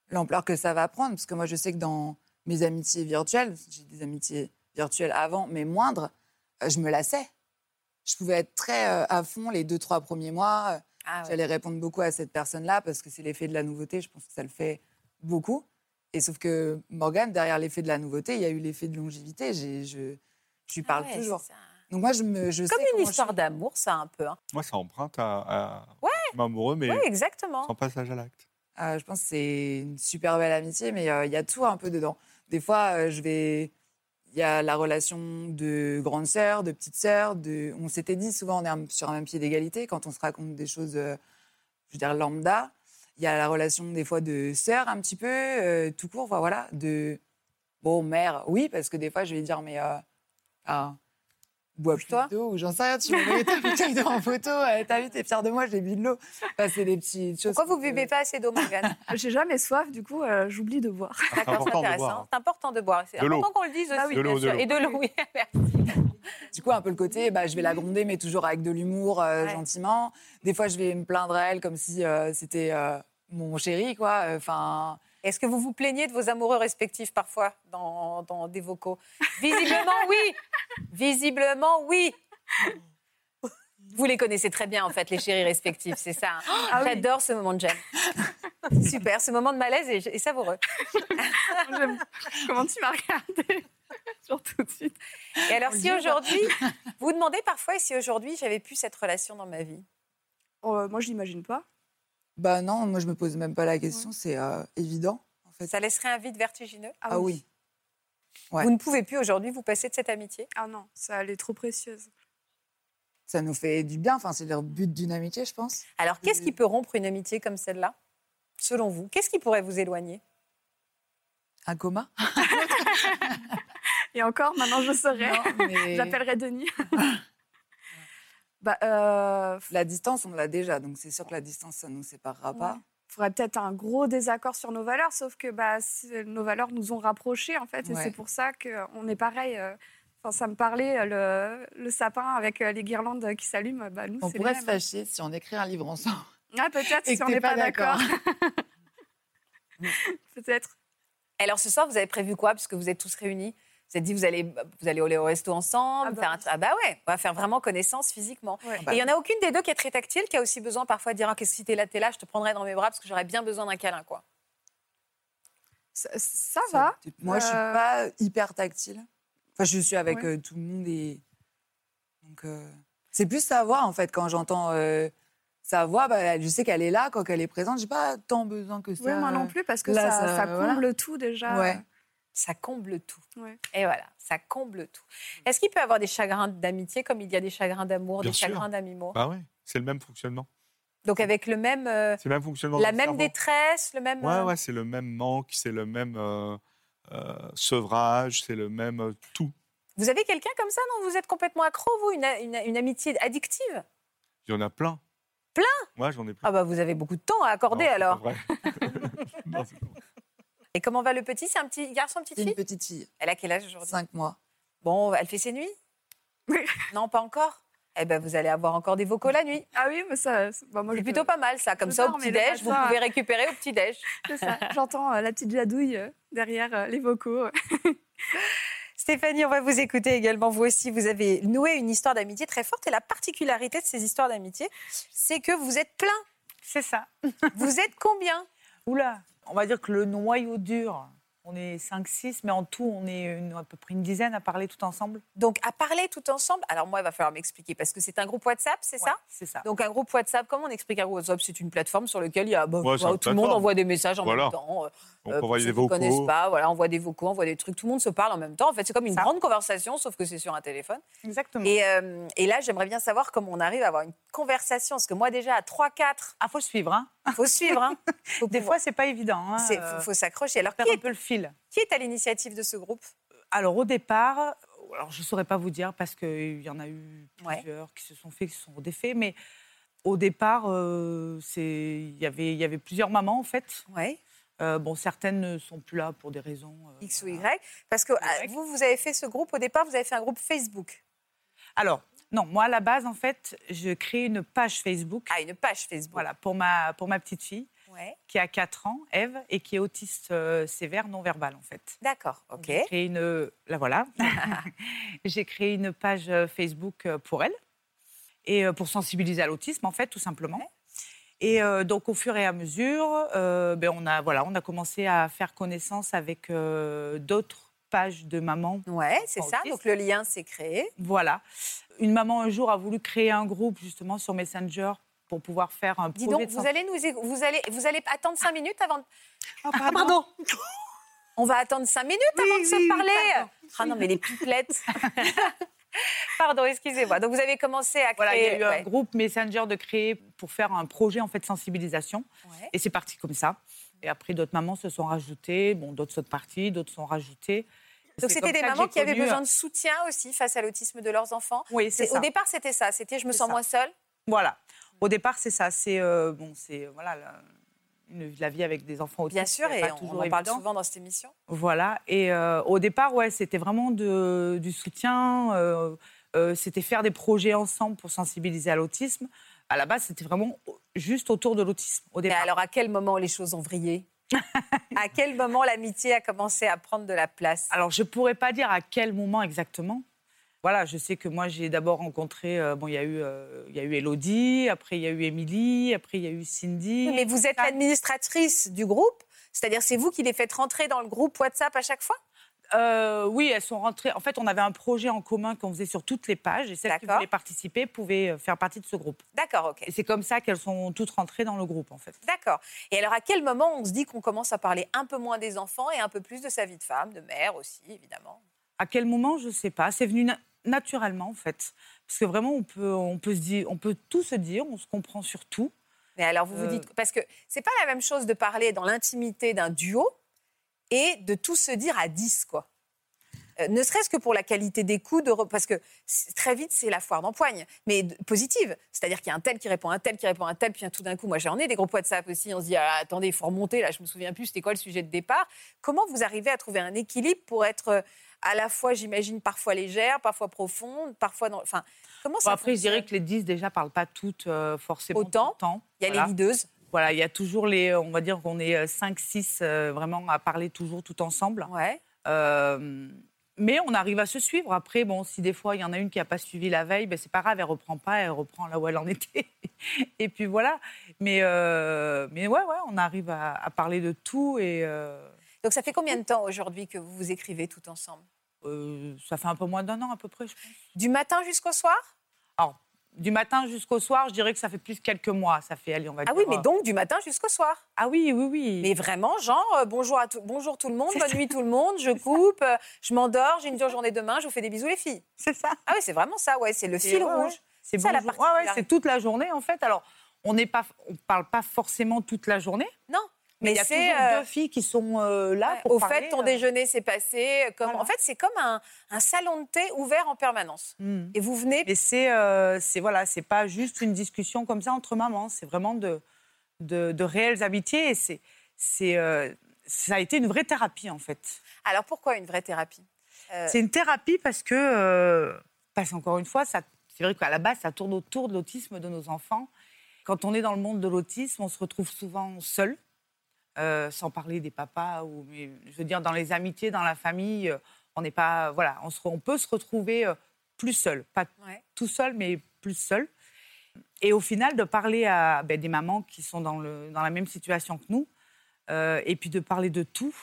l'ampleur que ça va prendre. Parce que moi, je sais que dans mes amitiés virtuelles, j'ai des amitiés virtuelles avant, mais moindres, euh, je me lassais. Je pouvais être très euh, à fond les deux, trois premiers mois. euh,
Ah ouais.
J'allais répondre beaucoup à cette personne-là parce que c'est l'effet de la nouveauté. Je pense que ça le fait beaucoup. Et sauf que Morgane, derrière l'effet de la nouveauté, il y a eu l'effet de longévité. J'ai- je, je lui parle
Ah ouais,
toujours.
c'est ça.
Donc moi, je me, je sais
Comme une
comment je
histoire
suis.
d'amour, ça un peu. hein.
Moi, ça emprunte à, à un amoureux, mais
Oui, exactement.
sans passage à l'acte.
Euh, je pense que c'est une super belle amitié, mais euh, il y a tout un peu dedans. Des fois, euh, je vais, il y a la relation de grande sœur, de petite sœur. De... On s'était dit souvent, on est un- sur un même pied d'égalité quand on se raconte des choses, euh, je veux dire lambda. Il y a la relation des fois de sœur un petit peu, euh, tout court, enfin, voilà, de bon mère, oui, parce que des fois je vais dire mais euh, ah, bois plus
Couche-toi.
d'eau ou j'en sais rien, tu m'as *laughs* ta bouteille dans en photo, euh, t'as vu, t'es fière de moi, j'ai bu de l'eau. Enfin, c'est des petites choses.
Pourquoi vous
qu'on peut-
buvez pas assez d'eau, *laughs* Morgane
J'ai jamais soif, du coup, euh, j'oublie de boire.
Ah, C'est
D'accord, c'est
important de boire.
intéressant.
hein.
C'est important de boire. C'est
De l'eau.
important qu'on le dise aussi.
Bah
oui, De
bien
l'eau, de
sûr.
l'eau.
Et de l'eau, Ah oui. *laughs*
Du coup, un peu le côté, bah, je vais la gronder, mais toujours avec de l'humour, euh,
Ouais.
gentiment. Des fois, je vais me plaindre à elle comme si euh, c'était euh, mon chéri, quoi. Enfin,
Est-ce que vous vous plaignez de vos amoureux respectifs parfois dans, dans des vocaux Visiblement, oui. Visiblement, oui. Vous les connaissez très bien, en fait, les chéris respectifs, c'est ça. hein
Ah oui.
J'adore ce moment de gêne. Super, ce moment de malaise est, est savoureux.
J'aime- Comment tu m'as regardé Sur tout de suite.
Et alors,
On le
si
dit, on va-
aujourd'hui, vous vous demandez parfois si aujourd'hui j'avais pu cette relation dans ma vie. Oh,
Euh, moi, je l'imagine pas.
Bah non, moi je me pose même pas la question, c'est euh, évident.
Ça laisserait un vide vertigineux.
Ah, oui. Ouais.
Vous ne pouvez plus aujourd'hui vous passer de cette amitié.
Ah non, ça, elle est trop précieuse.
ça nous fait du bien, enfin c'est leur but d'une amitié, je pense.
Alors, qu'est-ce
Mm.
qui peut rompre une amitié comme celle-là, selon vous Qu'est-ce qui pourrait vous éloigner
Un coma
Et encore, maintenant, je saurais.
Non, mais-
*laughs* J'appellerai Denis. bah, euh,
La distance, on l'a déjà, donc c'est sûr que la distance, ça nous séparera pas.
faudrait peut-être un gros désaccord sur nos valeurs, sauf que bah, c'est- nos valeurs nous ont rapprochés, en fait, et
Ouais.
c'est pour ça qu'on est pareil. euh, Enfin, ça me parlait, euh, le, le sapin avec euh, les guirlandes qui s'allument, bah, nous,
On
c'est les
pourrait
mêmes.
se fâcher si on écrit un livre ensemble.
Ah, peut-être,
Et
si
que
on
t'es
n'est
pas
pas d'accord. peut-être.
Alors, ce soir, vous avez prévu quoi Parce que vous êtes tous réunis. Vous êtes dit, vous allez, vous allez aller au resto ensemble. faire un- Ah bah, ouais, on va faire vraiment connaissance physiquement.
Ouais.
Et il n'y en a aucune des deux qui est très tactile, qui a aussi besoin parfois de dire, ah, qu'est-ce que si t'es là, t'es là, je te prendrai dans mes bras parce que j'aurais bien besoin d'un câlin, quoi.
Ça, *laughs* ça va.
*laughs* Moi, je suis
Euh,
pas hyper tactile. Enfin, je suis avec
Ouais.
euh, tout le monde et donc euh, c'est plus sa voix en fait. Quand j'entends euh, sa voix, bah, je sais qu'elle est là quand elle est présente. J'ai pas tant besoin que ça.
Oui, moi non
euh,
plus, parce que
là,
ça, ça
voilà.
comble tout déjà.
Ouais.
Ça comble tout.
Ouais.
Et voilà, ça comble tout. Est-ce qu'il peut y avoir des chagrins d'amitié comme il y a des chagrins d'amour,
Bien
des
sûr.
chagrins d'amimo
Bah ouais, c'est le même fonctionnement.
Donc avec le même, euh,
C'est le même fonctionnement.
la
du
même
cerveau.
détresse, le même.
Ouais,
euh,
ouais, c'est le même manque, c'est le même euh, euh, sevrage, c'est le même euh, tout.
Vous avez quelqu'un comme ça dont vous êtes complètement accro, vous, une, a- une- une amitié addictive
Il y en a plein.
Plein
Moi, j'en ai plein.
Ah bah vous avez beaucoup de temps à accorder
Non, c'est pas
alors.
vrai. *laughs*
Et comment va le petit C'est un petit garçon, petite
Une
fille
petite fille,
Elle a quel âge aujourd'hui
5 mois.
Bon, elle fait ses nuits Non, pas encore Eh ben vous allez avoir encore des vocaux la nuit.
Ah oui, mais ça, c'est- bah, moi,
C'est
je
plutôt
peux-
pas mal ça. Comme
je
ça, au
dors, mais le
petit-déj, vous
matin, euh,
pouvez récupérer au petit-déj.
c'est ça. J'entends euh, la petite jadouille euh, derrière euh, les vocaux.
Stéphanie, on va vous écouter également. Vous aussi, vous avez noué une histoire d'amitié très forte. Et la particularité de ces histoires d'amitié, c'est que vous êtes plein.
C'est ça.
Vous êtes combien
Oula, on va dire que le noyau dur, on est 5-6, mais en tout, on est une- à peu près une dizaine à parler tout ensemble.
Donc, à parler tout ensemble. Alors, moi, il va falloir m'expliquer parce que c'est un groupe WhatsApp, c'est
Ouais,
ça
C'est ça.
donc un groupe WhatsApp, comment on explique un groupe WhatsApp C'est une plateforme sur laquelle il y a, bah,
Ouais,
bah,
c'est une
tout le monde
plateforme.
envoie des messages en
Voilà.
même temps. euh,
On
euh,
peut envoyer
ceux
des
qui connaissent
vocaux.
pas, voilà, on voit des vocaux, on voit des trucs, tout le monde se parle en même temps. En fait, c'est comme une grande conversation, sauf que c'est sur un téléphone.
Exactement.
Et, euh, et là, j'aimerais bien savoir comment on arrive à avoir une conversation, parce que moi déjà à 3-4,
Ah, faut suivre, hein.
faut suivre. Hein. Faut
*laughs* Des
pouvoir-
fois, c'est pas évident. Hein.
c'est
euh,
faut, faut s'accrocher. Alors qui
perdre un
est,
peu le fil.
qui est à l'initiative de ce groupe
Alors au départ, euh, alors je ne saurais pas vous dire parce qu'il y en a eu
Ouais.
plusieurs qui se sont faits, qui se sont défaits, mais au départ, euh, c'est- il y avait- il y avait plusieurs mamans en fait.
Ouais.
Euh, bon, certaines ne sont plus là pour des raisons. euh,
X ou
voilà.
Y, parce que ah,
Y.
vous vous avez fait ce groupe au départ, vous avez fait un groupe Facebook.
Alors, non, moi à la base, en fait, je crée une page Facebook
Ah, une page Facebook.
voilà, pour, ma, pour ma petite fille
Ouais.
qui a 4 ans, Eve, et qui est autiste euh, sévère non-verbal en fait.
D'accord. Ok.
J'ai créé une,
*laughs*
la voilà. *laughs* J'ai créé une page euh, Facebook euh, pour elle et euh, pour sensibiliser à l'autisme en fait, tout simplement. Et euh, donc au fur et à mesure, euh, ben, on a voilà, on a commencé à faire connaissance avec euh, d'autres pages de mamans.
Ouais, c'est ça.
autiste.
Donc le lien s'est créé.
Voilà. Une maman un jour a voulu créer un groupe justement sur Messenger pour pouvoir faire un
Dis
projet
donc,
de
vous allez nous, éc- vous allez, vous allez attendre cinq minutes avant. de-
Ah, pardon.
*laughs* On va attendre cinq minutes avant de se parler. ah non, mais les pipelettes. *laughs* pardon, excusez-moi. Donc vous avez commencé à créer.
Voilà, il y a eu un
ouais.
groupe Messenger de créer pour faire un projet en fait de sensibilisation.
Ouais.
Et c'est parti comme ça. Et après, d'autres mamans se sont rajoutées. Bon, d'autres sont parties, d'autres sont rajoutées.
Donc
C'est
c'était
comme
des
ça que
mamans
j'ai
qui avaient
connu,
besoin
euh,
de soutien aussi face à l'autisme de leurs enfants.
Oui, c'est
C'est-
ça.
Au départ, c'était ça. C'était je me
C'est
sens
ça.
moins seule.
Voilà. Au départ, c'est ça. C'est euh, bon, c'est euh, voilà la, une- la vie avec des enfants autistes.
Bien sûr,
c'est
et
pas
on,
toujours
on en parle
évident.
souvent dans cette émission.
Voilà. Et euh, au départ, ouais, c'était vraiment de- du soutien. euh, euh, c'était faire des projets ensemble pour sensibiliser à l'autisme. À la base, c'était vraiment au- juste autour de l'autisme. Au
Mais
départ.
alors, à quel moment les choses ont vrillé À quel moment l'amitié a commencé à prendre de la place
Alors, je pourrais pas dire à quel moment exactement. voilà, je sais que moi, j'ai d'abord rencontré. euh, bon, il y a eu, euh, il y a eu Elodie, après il y a eu Émilie, après il y a eu Cindy.
Mais vous êtes l'administratrice du groupe, c'est-à-dire c'est vous qui les faites rentrer dans le groupe WhatsApp à chaque fois
Euh, oui, elles sont rentrées. En fait, on avait un projet en commun qu'on faisait sur toutes les pages et celles qui voulaient participer pouvaient euh, faire partie de ce groupe.
D'accord, ok.
Et c'est comme ça qu'elles sont toutes rentrées dans le groupe, en fait.
D'accord. Et alors, à quel moment on se dit qu'on commence à parler un peu moins des enfants et un peu plus de sa vie de femme, de mère aussi, évidemment
À quel moment, je ne sais pas. C'est venu na- naturellement, en fait. Parce que vraiment, on peut, on peut se dire, on peut tout se dire, on se comprend sur tout.
Mais alors, vous vous
Euh.
dites. Parce que c'est pas la même chose de parler dans l'intimité d'un duo et de tout se dire à 10, quoi. Euh, ne serait-ce que pour la qualité des coups, de re- parce que c'est- très vite, c'est la foire d'empoigne, mais d- positive. C'est-à-dire qu'il y a un tel qui répond, à un tel qui répond, à un tel, puis tout d'un coup, moi j'en ai des groupes WhatsApp aussi, on se dit, ah, attendez, il faut remonter, là, je me souviens plus, c'était quoi le sujet de départ. Comment vous arrivez à trouver un équilibre pour être euh, à la fois, j'imagine, parfois légère, parfois profonde, parfois... Dans... Enfin, comment
Bon,
ça
après, je dirais
fonctionne
que les 10 déjà parlent pas toutes euh, forcément
Autant.
tout le temps.
Il y a les leaders.
Voilà, il y a toujours les. euh, On va dire qu'on est 5-6 euh, vraiment à parler toujours tout ensemble. Euh,
Ouais.
mais on arrive à se suivre. Après, bon, si des fois il y en a une qui n'a pas suivi la veille, ben, c'est pas grave, elle reprend pas, elle reprend là où elle en était. *laughs* et puis voilà. Mais, euh, mais ouais, ouais, on arrive à, à parler de tout. Et, euh,
Donc ça fait combien de temps aujourd'hui que vous vous écrivez tout ensemble
euh, ça fait un peu moins d'un an à peu près, je pense.
Du matin jusqu'au soir
Alors, du matin jusqu'au soir, je dirais que ça fait plus quelques mois. Ça fait, allez, on va
Ah
dire,
oui, mais
euh,
donc du matin jusqu'au soir.
Ah oui, oui, oui.
Mais vraiment, genre, euh, bonjour, à tout, bonjour tout le monde, bonne nuit tout le monde, je coupe, euh, je m'endors, j'ai une dure journée demain, je vous fais des bisous les filles.
C'est ça.
Ah oui, c'est vraiment ça, ouais, c'est le
Et
fil
ouais,
rouge.
ouais. C'est
ça la
bonjour. Ouais, ouais,
particularité.
c'est toute la journée en fait. Alors, on n'est pas, on parle pas forcément toute la journée.
Non.
Mais il y a
c'est,
toujours
euh,
deux filles qui sont euh, là pour
Au
parler,
fait, ton
euh.
déjeuner s'est passé. euh, Comme... En fait, c'est comme un, un salon de thé ouvert en permanence. Et vous venez.
Hmm. Mais c'est, euh, c'est voilà, c'est pas juste une discussion comme ça entre mamans. C'est vraiment de, de, de réelles amitiés. Et c'est, c'est, euh, ça a été une vraie thérapie en fait.
Alors pourquoi une vraie thérapie Euh,
C'est une thérapie parce que, euh, parce qu'encore une fois, ça, c'est vrai qu'à la base, ça tourne autour de l'autisme de nos enfants. Quand on est dans le monde de l'autisme, on se retrouve souvent seul, euh, sans parler des papas ou, mais, je veux dire, dans les amitiés, dans la famille, euh, on n'est pas, voilà, on, se- on peut se retrouver euh, plus seul, pas
Ouais.
tout seul, mais plus seul. Et au final, de parler à ben, des mamans qui sont dans, le, dans la même situation que nous, euh, et puis de parler de tout,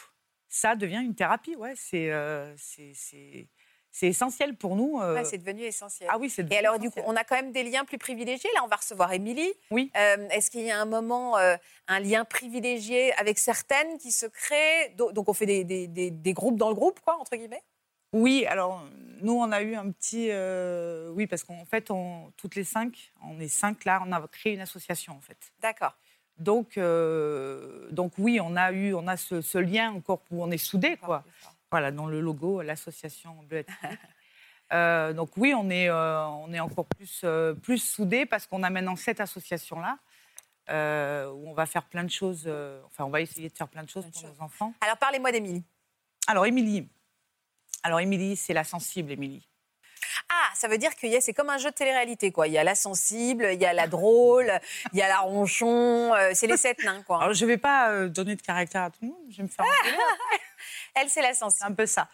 ça devient une thérapie. Ouais, c'est euh, c'est- c'est- c'est essentiel pour nous. euh.
Ouais, Bah, c'est devenu essentiel.
Ah oui, c'est
Et
devenu
alors, du coup, on a quand même des liens plus privilégiés. Là, on va recevoir Émilie. Euh,
Oui.
Est-ce qu'il y a un moment, euh, un lien privilégié avec certaines qui se crée Do- Donc, on fait des, des- des- des groupes dans le groupe, quoi, entre guillemets
Oui, alors nous, on a eu un petit. euh, oui, parce qu'en fait, on, toutes les cinq, on est cinq là, on a créé une association en fait.
D'accord.
Donc, euh, donc oui, on a eu, on a ce, ce lien encore où on est soudés quoi. Voilà, dans le logo, l'association Bleu. *laughs* Euh, donc oui, on est, euh, on est encore plus, euh, plus soudés parce qu'on a maintenant cette association-là euh, où on va faire plein de choses, euh, enfin on va essayer de faire plein de choses pour nos enfants.
Alors parlez-moi d'Émilie.
Alors Émilie, alors Émilie, c'est la sensible Émilie.
Ah, ça veut dire que y a- c'est comme un jeu de télé-réalité, quoi. Il y a la sensible, il y a la drôle, il y a la ronchon. euh, c'est les sept nains, quoi. Ah,
Alors je vais pas euh, donner de caractère à tout le monde, je vais me faire engueuler. hein.
*laughs* Elle, c'est la sensible.
C'est un peu ça.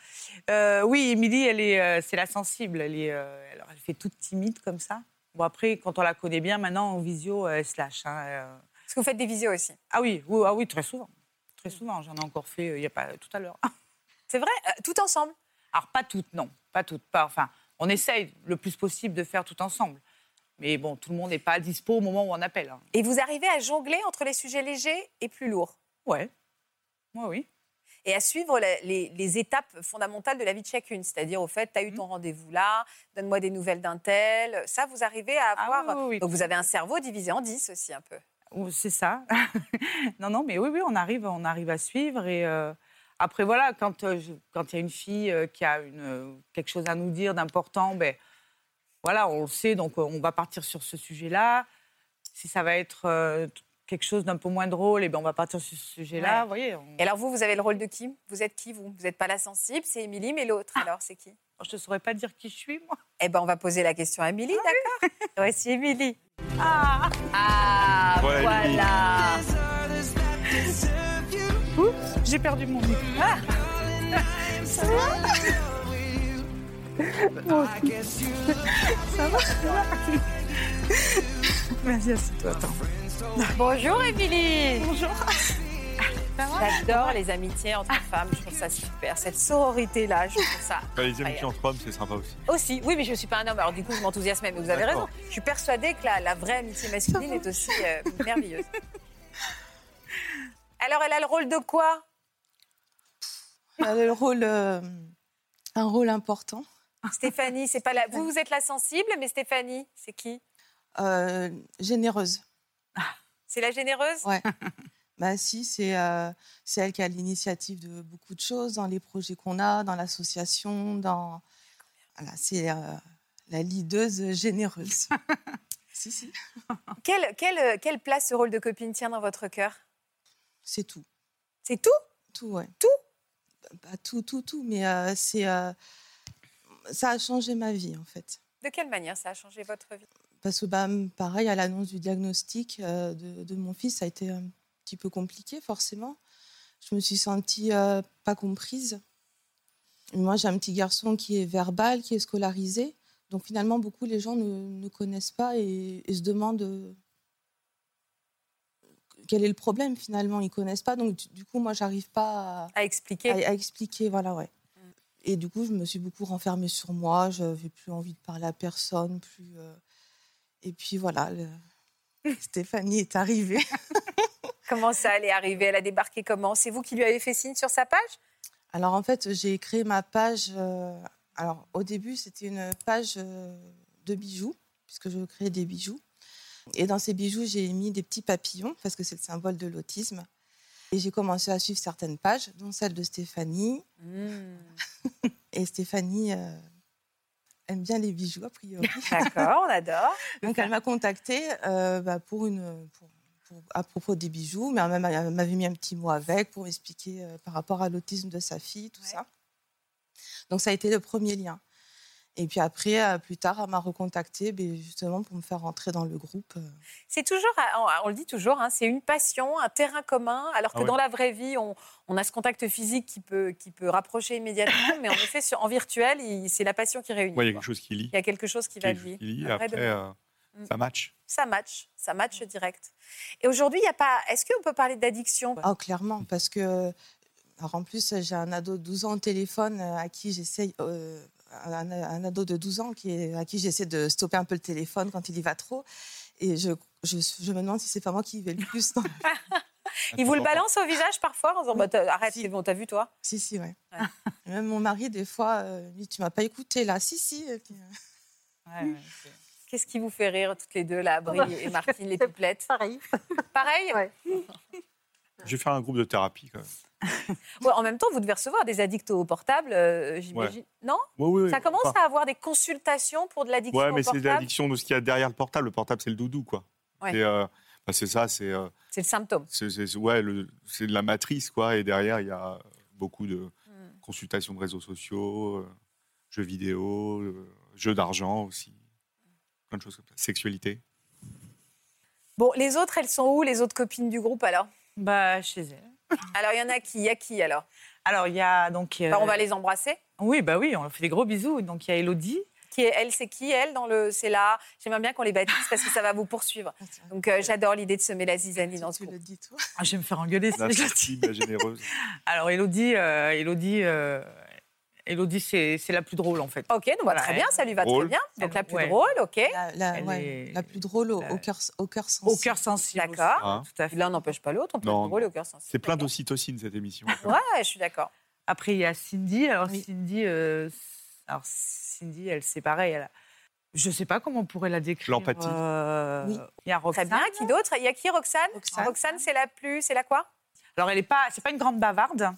Euh, oui, Émilie, elle est, euh, c'est la sensible. Elle est, euh, alors, elle fait toute timide comme ça. Bon après, quand on la connaît bien, maintenant en visio, euh, elle se lâche. hein, euh.
Parce que vous faites des visios aussi.
Ah oui, oui, ah oui, très souvent, très souvent. J'en ai encore fait, euh, il y a pas tout à l'heure. *laughs*
C'est vrai, euh, tout ensemble.
Alors pas toutes, non, pas toutes, pas. Enfin, on essaye le plus possible de faire tout ensemble. Mais bon, tout le monde n'est pas dispo au moment où on appelle. hein.
Et vous arrivez à jongler entre les sujets légers et plus lourds
Ouais. Moi, oui.
Et à suivre la- les, les étapes fondamentales de la vie de chacune. C'est-à-dire, au fait, tu as eu
Mm.
ton rendez-vous là, donne-moi des nouvelles d'un tel. Ça, vous arrivez à avoir.
Ah oui, oui, oui.
Donc, vous avez un cerveau divisé en 10 aussi, un peu.
Oh, C'est ça. *laughs* non, non, mais oui, oui, on arrive, on arrive à suivre. Et euh, après, voilà, quand euh, je- quand il y a une fille euh, qui a une, euh, quelque chose à nous dire d'important, ben voilà, on le sait, donc euh, on va partir sur ce sujet-là. Si ça va être euh, t- quelque chose d'un peu moins drôle, et ben on va partir sur ce sujet-là.
Ouais.
Vous voyez, on-
Et alors, vous, vous avez le rôle de qui Vous êtes qui, vous Vous n'êtes pas la sensible, c'est Émilie, mais l'autre, alors, c'est qui
Ah. Je ne saurais pas dire qui je suis, moi.
Eh bien, on va poser la question à Émilie, d'accord
*laughs*
Voici Émilie.
Ah,
Ah,
Ouais, voilà.
Ah. Oups, j'ai perdu mon micro.
Ça va Merci, assieds-toi.
Bonjour Émilie
Bonjour
J'adore les amitiés entre femmes, je trouve ça super. Cette sororité-là, je trouve ça
Enfin, Ah, les amitiés entre hommes, c'est sympa aussi.
Aussi, oui, mais je ne suis pas un homme, alors du coup, je m'enthousiasme, mais vous avez
D'accord.
raison. Je suis persuadée que la, la vraie amitié masculine est aussi euh, merveilleuse. Alors, elle a le rôle de quoi
Elle a le rôle, euh, un rôle important.
Stéphanie, c'est pas la... Vous, vous êtes la sensible, mais Stéphanie, c'est qui
Euh, généreuse.
C'est la généreuse
Ouais. bah si, c'est euh, c'est elle qui a l'initiative de beaucoup de choses dans les projets qu'on a, dans l'association, dans. Voilà, c'est euh, la leaduse généreuse. si si,
Quelle, quelle, quelle place ce rôle de copine tient dans votre cœur
c'est tout,
C'est tout
tout ouais.
Tout
Bah, tout tout tout, mais euh, c'est euh, ça a changé ma vie en fait.
De quelle manière ça a changé votre vie
Parce que, bah, m- pareil, à l'annonce du diagnostic euh, de, de mon fils, ça a été un petit peu compliqué, forcément. Je me suis sentie euh, pas comprise. Moi, j'ai un petit garçon qui est verbal, qui est scolarisé. Donc, finalement, beaucoup les gens ne, ne connaissent pas et, et se demandent euh, quel est le problème, finalement. Ils connaissent pas. Donc, du- du coup, moi, j'arrive pas à
À expliquer. Mm.
à, à expliquer, voilà, ouais. Et du coup, je me suis beaucoup renfermée sur moi. Je n'avais plus envie de parler à personne. Plus, euh, Et puis voilà,
*laughs*
le- Stéphanie est arrivée. *laughs*
Comment ça allait arriver Elle a débarqué comment C'est vous qui lui avez fait signe sur sa page
Alors en fait, j'ai créé ma page. euh, Alors au début, c'était une page euh, de bijoux, puisque je créais des bijoux. Et dans ces bijoux, j'ai mis des petits papillons, parce que c'est le symbole de l'autisme. Et j'ai commencé à suivre certaines pages, dont celle de Stéphanie.
Mmh.
*laughs* Et Stéphanie euh, aime bien les bijoux, a priori.
*laughs* D'accord,
*laughs*
on adore.
Donc elle m'a contactée euh, bah, pour une, pour- pour- à propos des bijoux, mais elle m'a- elle m'avait mis un petit mot avec pour expliquer euh, par rapport à l'autisme de sa fille, tout ça. Donc ça a été le premier lien. Et puis après, euh, plus tard, elle m'a recontactée ben, justement pour me faire rentrer dans le groupe. euh.
C'est toujours, on- on le dit toujours, hein, c'est une passion, un terrain commun, alors que
Ah oui.
dans la vraie vie, on, on a ce contact physique qui peut, qui peut rapprocher immédiatement, mais en effet, sur- en virtuel, il- c'est la passion qui réunit.
Ouais, il y a
quoi.
quelque chose qui lie.
Il y a quelque chose qui va
Quelque chose
lier.
qui lie,
Un vrai
Après,
demain. Mm.
euh, ça match.
Ça match, ça match direct. Et aujourd'hui, il y a pas. Est-ce qu'on peut parler d'addiction
Ah,
Mmh.
clairement, parce que. Alors en plus, j'ai un ado de 12 ans au téléphone euh, à qui j'essaye. euh, un, un ado de 12 ans qui est, à qui j'essaie de stopper un peu le téléphone quand il y va trop. Et je, je, je me demande si c'est pas moi qui y vais le plus.
*laughs*
dans-
Ils vous le balancent au visage parfois en disant bah, t'as- arrête, c'est bon, t'as vu toi
Si, si, ouais. Même mon mari, des fois, euh, lui, tu m'as pas écouté là. Si, si. Et puis, euh, *laughs*
Qu'est-ce qui vous fait rire toutes les deux là, Brie et Martine, les pouplettes
Pareil.
*laughs* Pareil Mm.
Je vais faire un groupe de thérapie quand même.
Ouais, En même temps, vous devez recevoir des addicts au portable, euh, j'imagine. Non
Ouais, ouais, ouais.
Ça commence
Enfin,
à avoir des consultations pour de l'addiction
Ouais,
au
mais c'est
portable.
l'addiction de ce qu'il y a derrière le portable. Le portable, c'est le doudou, quoi.
Ouais.
Et, euh, bah, c'est ça, c'est. euh,
C'est le symptôme.
c'est c'est- ouais, le- c'est de la matrice, quoi. Et derrière, il y a beaucoup de
Hmm.
consultations de réseaux sociaux, euh, jeux vidéo, euh, jeux d'argent aussi. Plein de choses comme ça. Sexualité.
Bon, les autres, elles sont où, les autres copines du groupe alors
Bah, chez elle.
Alors, il y en a qui Il y a qui alors
Alors, il y a donc. euh,
Enfin, On va les embrasser.
Oui, bah oui, on leur fait des gros bisous. Donc, il y a Elodie.
Qui est, elle, c'est qui elle dans le C'est là. J'aimerais bien qu'on les baptise parce que ça va vous
*laughs*
poursuivre.
Ah,
Donc, euh, j'adore l'idée de semer la zizanie dans ce groupe.
Ah, je vais me faire engueuler. si
La
je le dis.
sensible, la généreuse.
*laughs* Alors, Elodie, euh, Elodie, euh, Elodie c'est c'est la plus drôle, en fait.
Ok, donc bah,
Voilà,
très
elle-
bien, ça lui va
Drôle.
très bien. Donc, la plus
Ouais.
drôle, ok.
la, la-
Elle
ouais,
est-
la plus drôle au, au cœur, au cœur sensible.
Au cœur sensible. aussi.
D'accord.
Hein.
Tout à fait.
L'un n'empêche pas l'autre, on peut
Non,
être drôle et
non.
au cœur sensible.
C'est plein d'ocytocine, cette
*laughs*
émission.
Ouais, je suis d'accord.
Après, il y a Cindy. Alors,
Oui.
Cindy, euh, alors Cindy, elle, c'est pareil. Elle, a- je ne sais pas comment on pourrait la décrire.
L'empathie.
euh,
Oui.
Il y a
Très
Roxane.
bien. Qui d'autre Il y a qui, Roxane
Roxane.
c'est la plus. C'est la quoi
Alors, elle n'est pas, c'est pas une grande bavarde.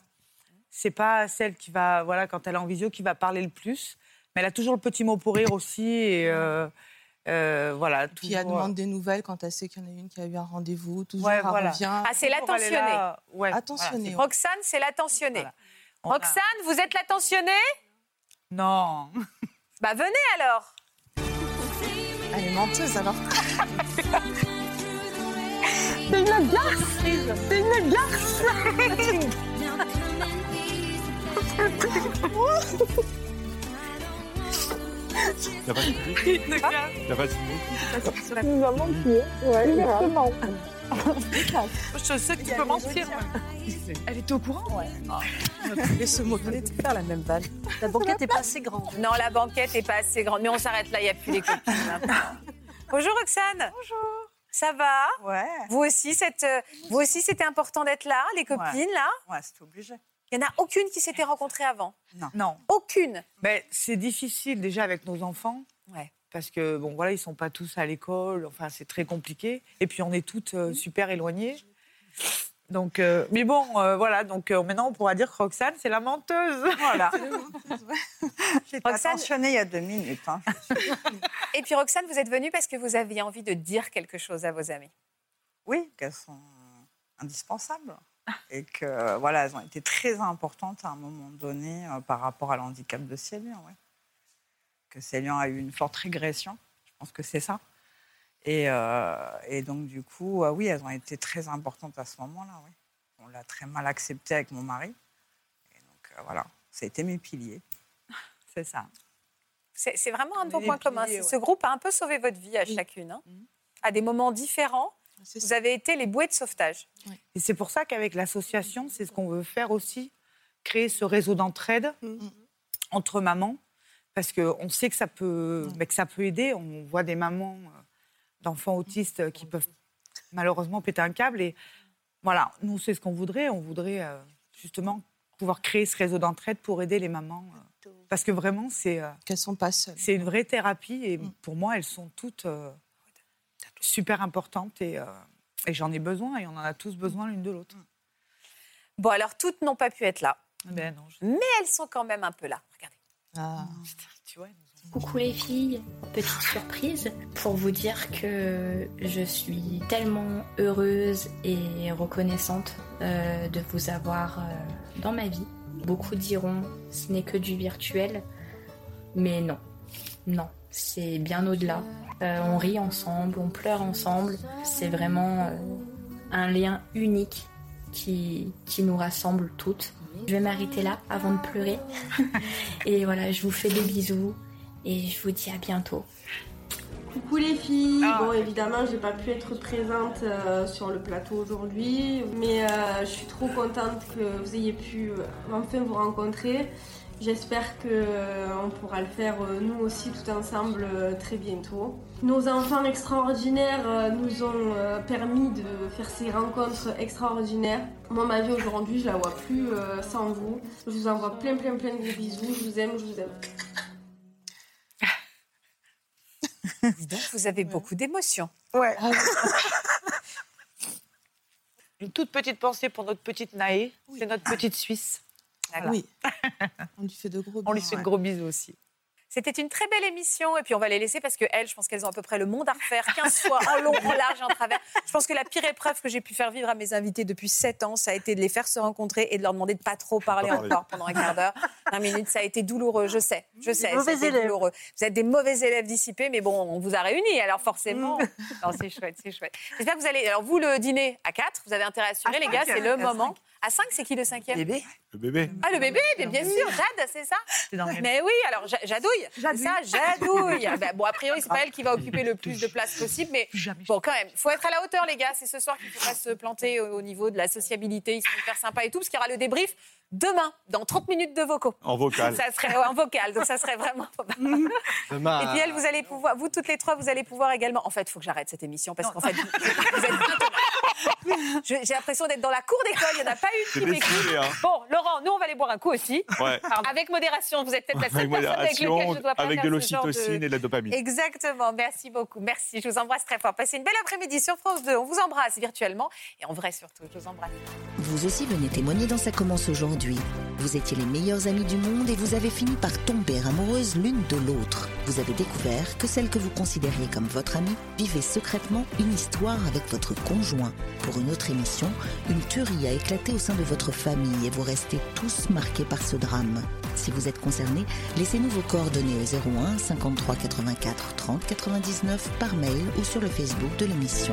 C'est pas celle qui va, voilà, quand elle est en visio, qui va parler le plus. Mais elle a toujours le petit mot pour rire aussi. Et euh, euh, voilà.
Et Puis elle
toujours-
demande des nouvelles quand elle sait qu'il y en a une qui a eu un rendez-vous. Toujours,
Ouais,
elle
voilà.
revient.
Ah, c'est
toujours, elle est
l'attentionnée.
là. Ouais,
Attentionnée. ouais.
Roxane, c'est l'attentionnée.
Voilà. voilà. On a-
Roxane, vous êtes l'attentionnée
Non.
Bah venez alors
Elle est menteuse alors.
T'as pas signé T'as pas signé
nous a menti, ouais, exactement.
Je sais que tu peux mentir.
Elle était au courant ouais.
Et ce mot, voulais te faire la même balle.
La banquette n'est pas assez grande.
Non, la banquette n'est pas assez grande. Mais on s'arrête là, il n'y a plus les copines. maintenant. Bonjour Roxane. Bonjour. Ça va Ouais. Vous aussi, cette, euh, vous aussi c'était important d'être là, les copines, là
Ouais, c'est obligé.
Il n'y en a aucune qui s'était rencontrée avant.
Non. Non.
Aucune.
euh. Mais c'est difficile déjà avec nos enfants. Ouais. Parce que, bon, voilà, ils sont pas tous à l'école. Enfin, c'est très compliqué. Et puis, on est toutes euh, super éloignées. Donc, euh, mais bon, euh, voilà. Donc, euh, maintenant, on pourra dire que Roxane, c'est la menteuse. *laughs* Voilà.
J'étais attentionnée il y a deux minutes.
*laughs*
hein.
Et puis Roxane, vous êtes venue parce que vous aviez envie de dire quelque chose à vos amis.
Oui, qu'elles sont indispensables. Et que, voilà, elles ont été très importantes à un moment donné euh, par rapport à l'handicap de Célian. ouais. Que Célian a eu une forte régression. Je pense que c'est ça. Et, euh, et donc, du coup, euh, oui, elles ont été très importantes à ce moment-là. oui. On l'a très mal accepté avec mon mari. Et donc, euh, voilà, ça a été mes piliers.
C'est ça.
C'est c'est vraiment un de vos
est
points
des
communs.
piliers,
Ce
ouais. Mhm.
groupe a un peu sauvé votre vie à chacune. hein. À des moments différents,
Ah,
vous avez été les bouées de sauvetage.
Et c'est pour ça qu'avec l'association, c'est ce qu'on veut faire aussi, créer ce réseau d'entraide entre mamans, parce qu'on sait que ça, peut, mais que ça peut aider. On voit des mamans euh, d'enfants autistes euh, qui peuvent malheureusement péter un câble. Et voilà, nous, c'est ce qu'on voudrait. On voudrait euh, justement pouvoir créer ce réseau d'entraide pour aider les mamans. euh, Parce que vraiment, c'est... Qu'elles sont pas seules. C'est une vraie thérapie et pour moi, elles sont toutes euh, super importantes et, euh, et j'en ai besoin et on en a tous besoin l'une de l'autre.
Bon, alors toutes n'ont pas pu être là.
Ben non.
Mais elles sont quand même un peu là. Regardez.
Coucou les filles, petite surprise pour vous dire que je suis tellement heureuse et reconnaissante euh, de vous avoir euh, dans ma vie. Beaucoup diront ce n'est que du virtuel, mais non, non, c'est bien au-delà. Euh, on rit ensemble, on pleure ensemble, c'est vraiment euh, un lien unique qui, qui nous rassemble toutes. Je vais m'arrêter là avant de pleurer. *laughs* Et voilà, je vous fais des bisous et je vous dis à bientôt.
Coucou les filles Bon évidemment j'ai pas pu être présente euh, sur le plateau aujourd'hui mais euh, je suis trop contente que vous ayez pu euh, enfin vous rencontrer. J'espère que euh, on pourra le faire euh, nous aussi tout ensemble euh, très bientôt. Nos enfants extraordinaires euh, nous ont euh, permis de faire ces rencontres extraordinaires. Moi ma vie aujourd'hui je la vois plus euh, sans vous. Je vous envoie plein plein plein de bisous, je vous aime, je vous aime.
Donc vous avez beaucoup d'émotions.
Ouais. *laughs* Une toute petite pensée pour notre petite Naé, c'est notre petite Suisse. Ah
Oui. On lui fait de gros bisous.
On lui fait de gros bisous aussi.
C'était une très belle émission et puis on va les laisser parce que elles, je pense qu'elles ont à peu près le monde à refaire, 15 fois en long, en large, et en travers. Je pense que la pire épreuve que j'ai pu faire vivre à mes invités depuis 7 ans, ça a été de les faire se rencontrer et de leur demander de pas trop parler
parler.
encore pendant un quart d'heure, 20 minutes. Ça a été douloureux, je sais, je sais, ça a
mauvais
été
élèves.
douloureux. Vous êtes des mauvais élèves dissipés, mais bon, on vous a réunis, alors forcément.
Mm.
*laughs* Non, c'est chouette, c'est chouette. J'espère que vous allez. Alors vous, le dîner à 4, vous avez intérêt à assurer,
À
les gars,
cinq,
c'est le
à
moment. À 5, c'est qui le cinquième
Le bébé.
ah, le bébé, mais bien sûr, Jade, c'est ça
dans le même-
Mais oui, alors Ja- Jadouille, c'est ça, Jadouille. Ben, bon, a priori, c'est
Ah.
pas elle qui va occuper le plus de place possible, mais bon, quand même, faut être à la hauteur, les gars. C'est ce soir qu'il faut pas se planter au, au niveau de la sociabilité. Ils sont hyper sympas et tout, parce qu'il y aura le débrief demain, dans 30 minutes de vocaux.
En vocal.
Ça serait ouais, en vocal, donc ça serait vraiment pas mal.
Demain,
Et puis elle, vous allez pouvoir, vous toutes les trois, vous allez pouvoir également. En fait, il faut que j'arrête cette émission parce qu'en fait, vous, vous êtes intenables. Je- J'ai l'impression d'être dans la cour d'école. Il n'y en a pas
C'est
une qui m'écoute.
décidé, hein.
Bon, Laurent, nous, on va aller boire un coup aussi.
Ouais.
Pardon. Avec modération. Vous êtes peut-être la seule
Avec
personne avec
modération,
laquelle je dois pas
avec
faire
de
ce genre
l'ocytocine et de la dopamine.
Exactement. Merci beaucoup. Merci. Je vous embrasse très fort. Passez une belle après-midi sur France 2. On vous embrasse virtuellement et en vrai surtout. Je vous embrasse.
Vous aussi venez témoigner dans Ça commence aujourd'hui. Vous étiez les meilleures amies du monde et vous avez fini par tomber amoureuses l'une de l'autre. Vous avez découvert que celle que vous considériez comme votre amie vivait secrètement une histoire avec votre conjoint. Pour une autre émission, une tuerie a éclaté au sein de votre famille et vous restez tous marqués par ce drame. Si vous êtes concerné, laissez-nous vos coordonnées au 01 53 84 30 99 par mail ou sur le Facebook de l'émission.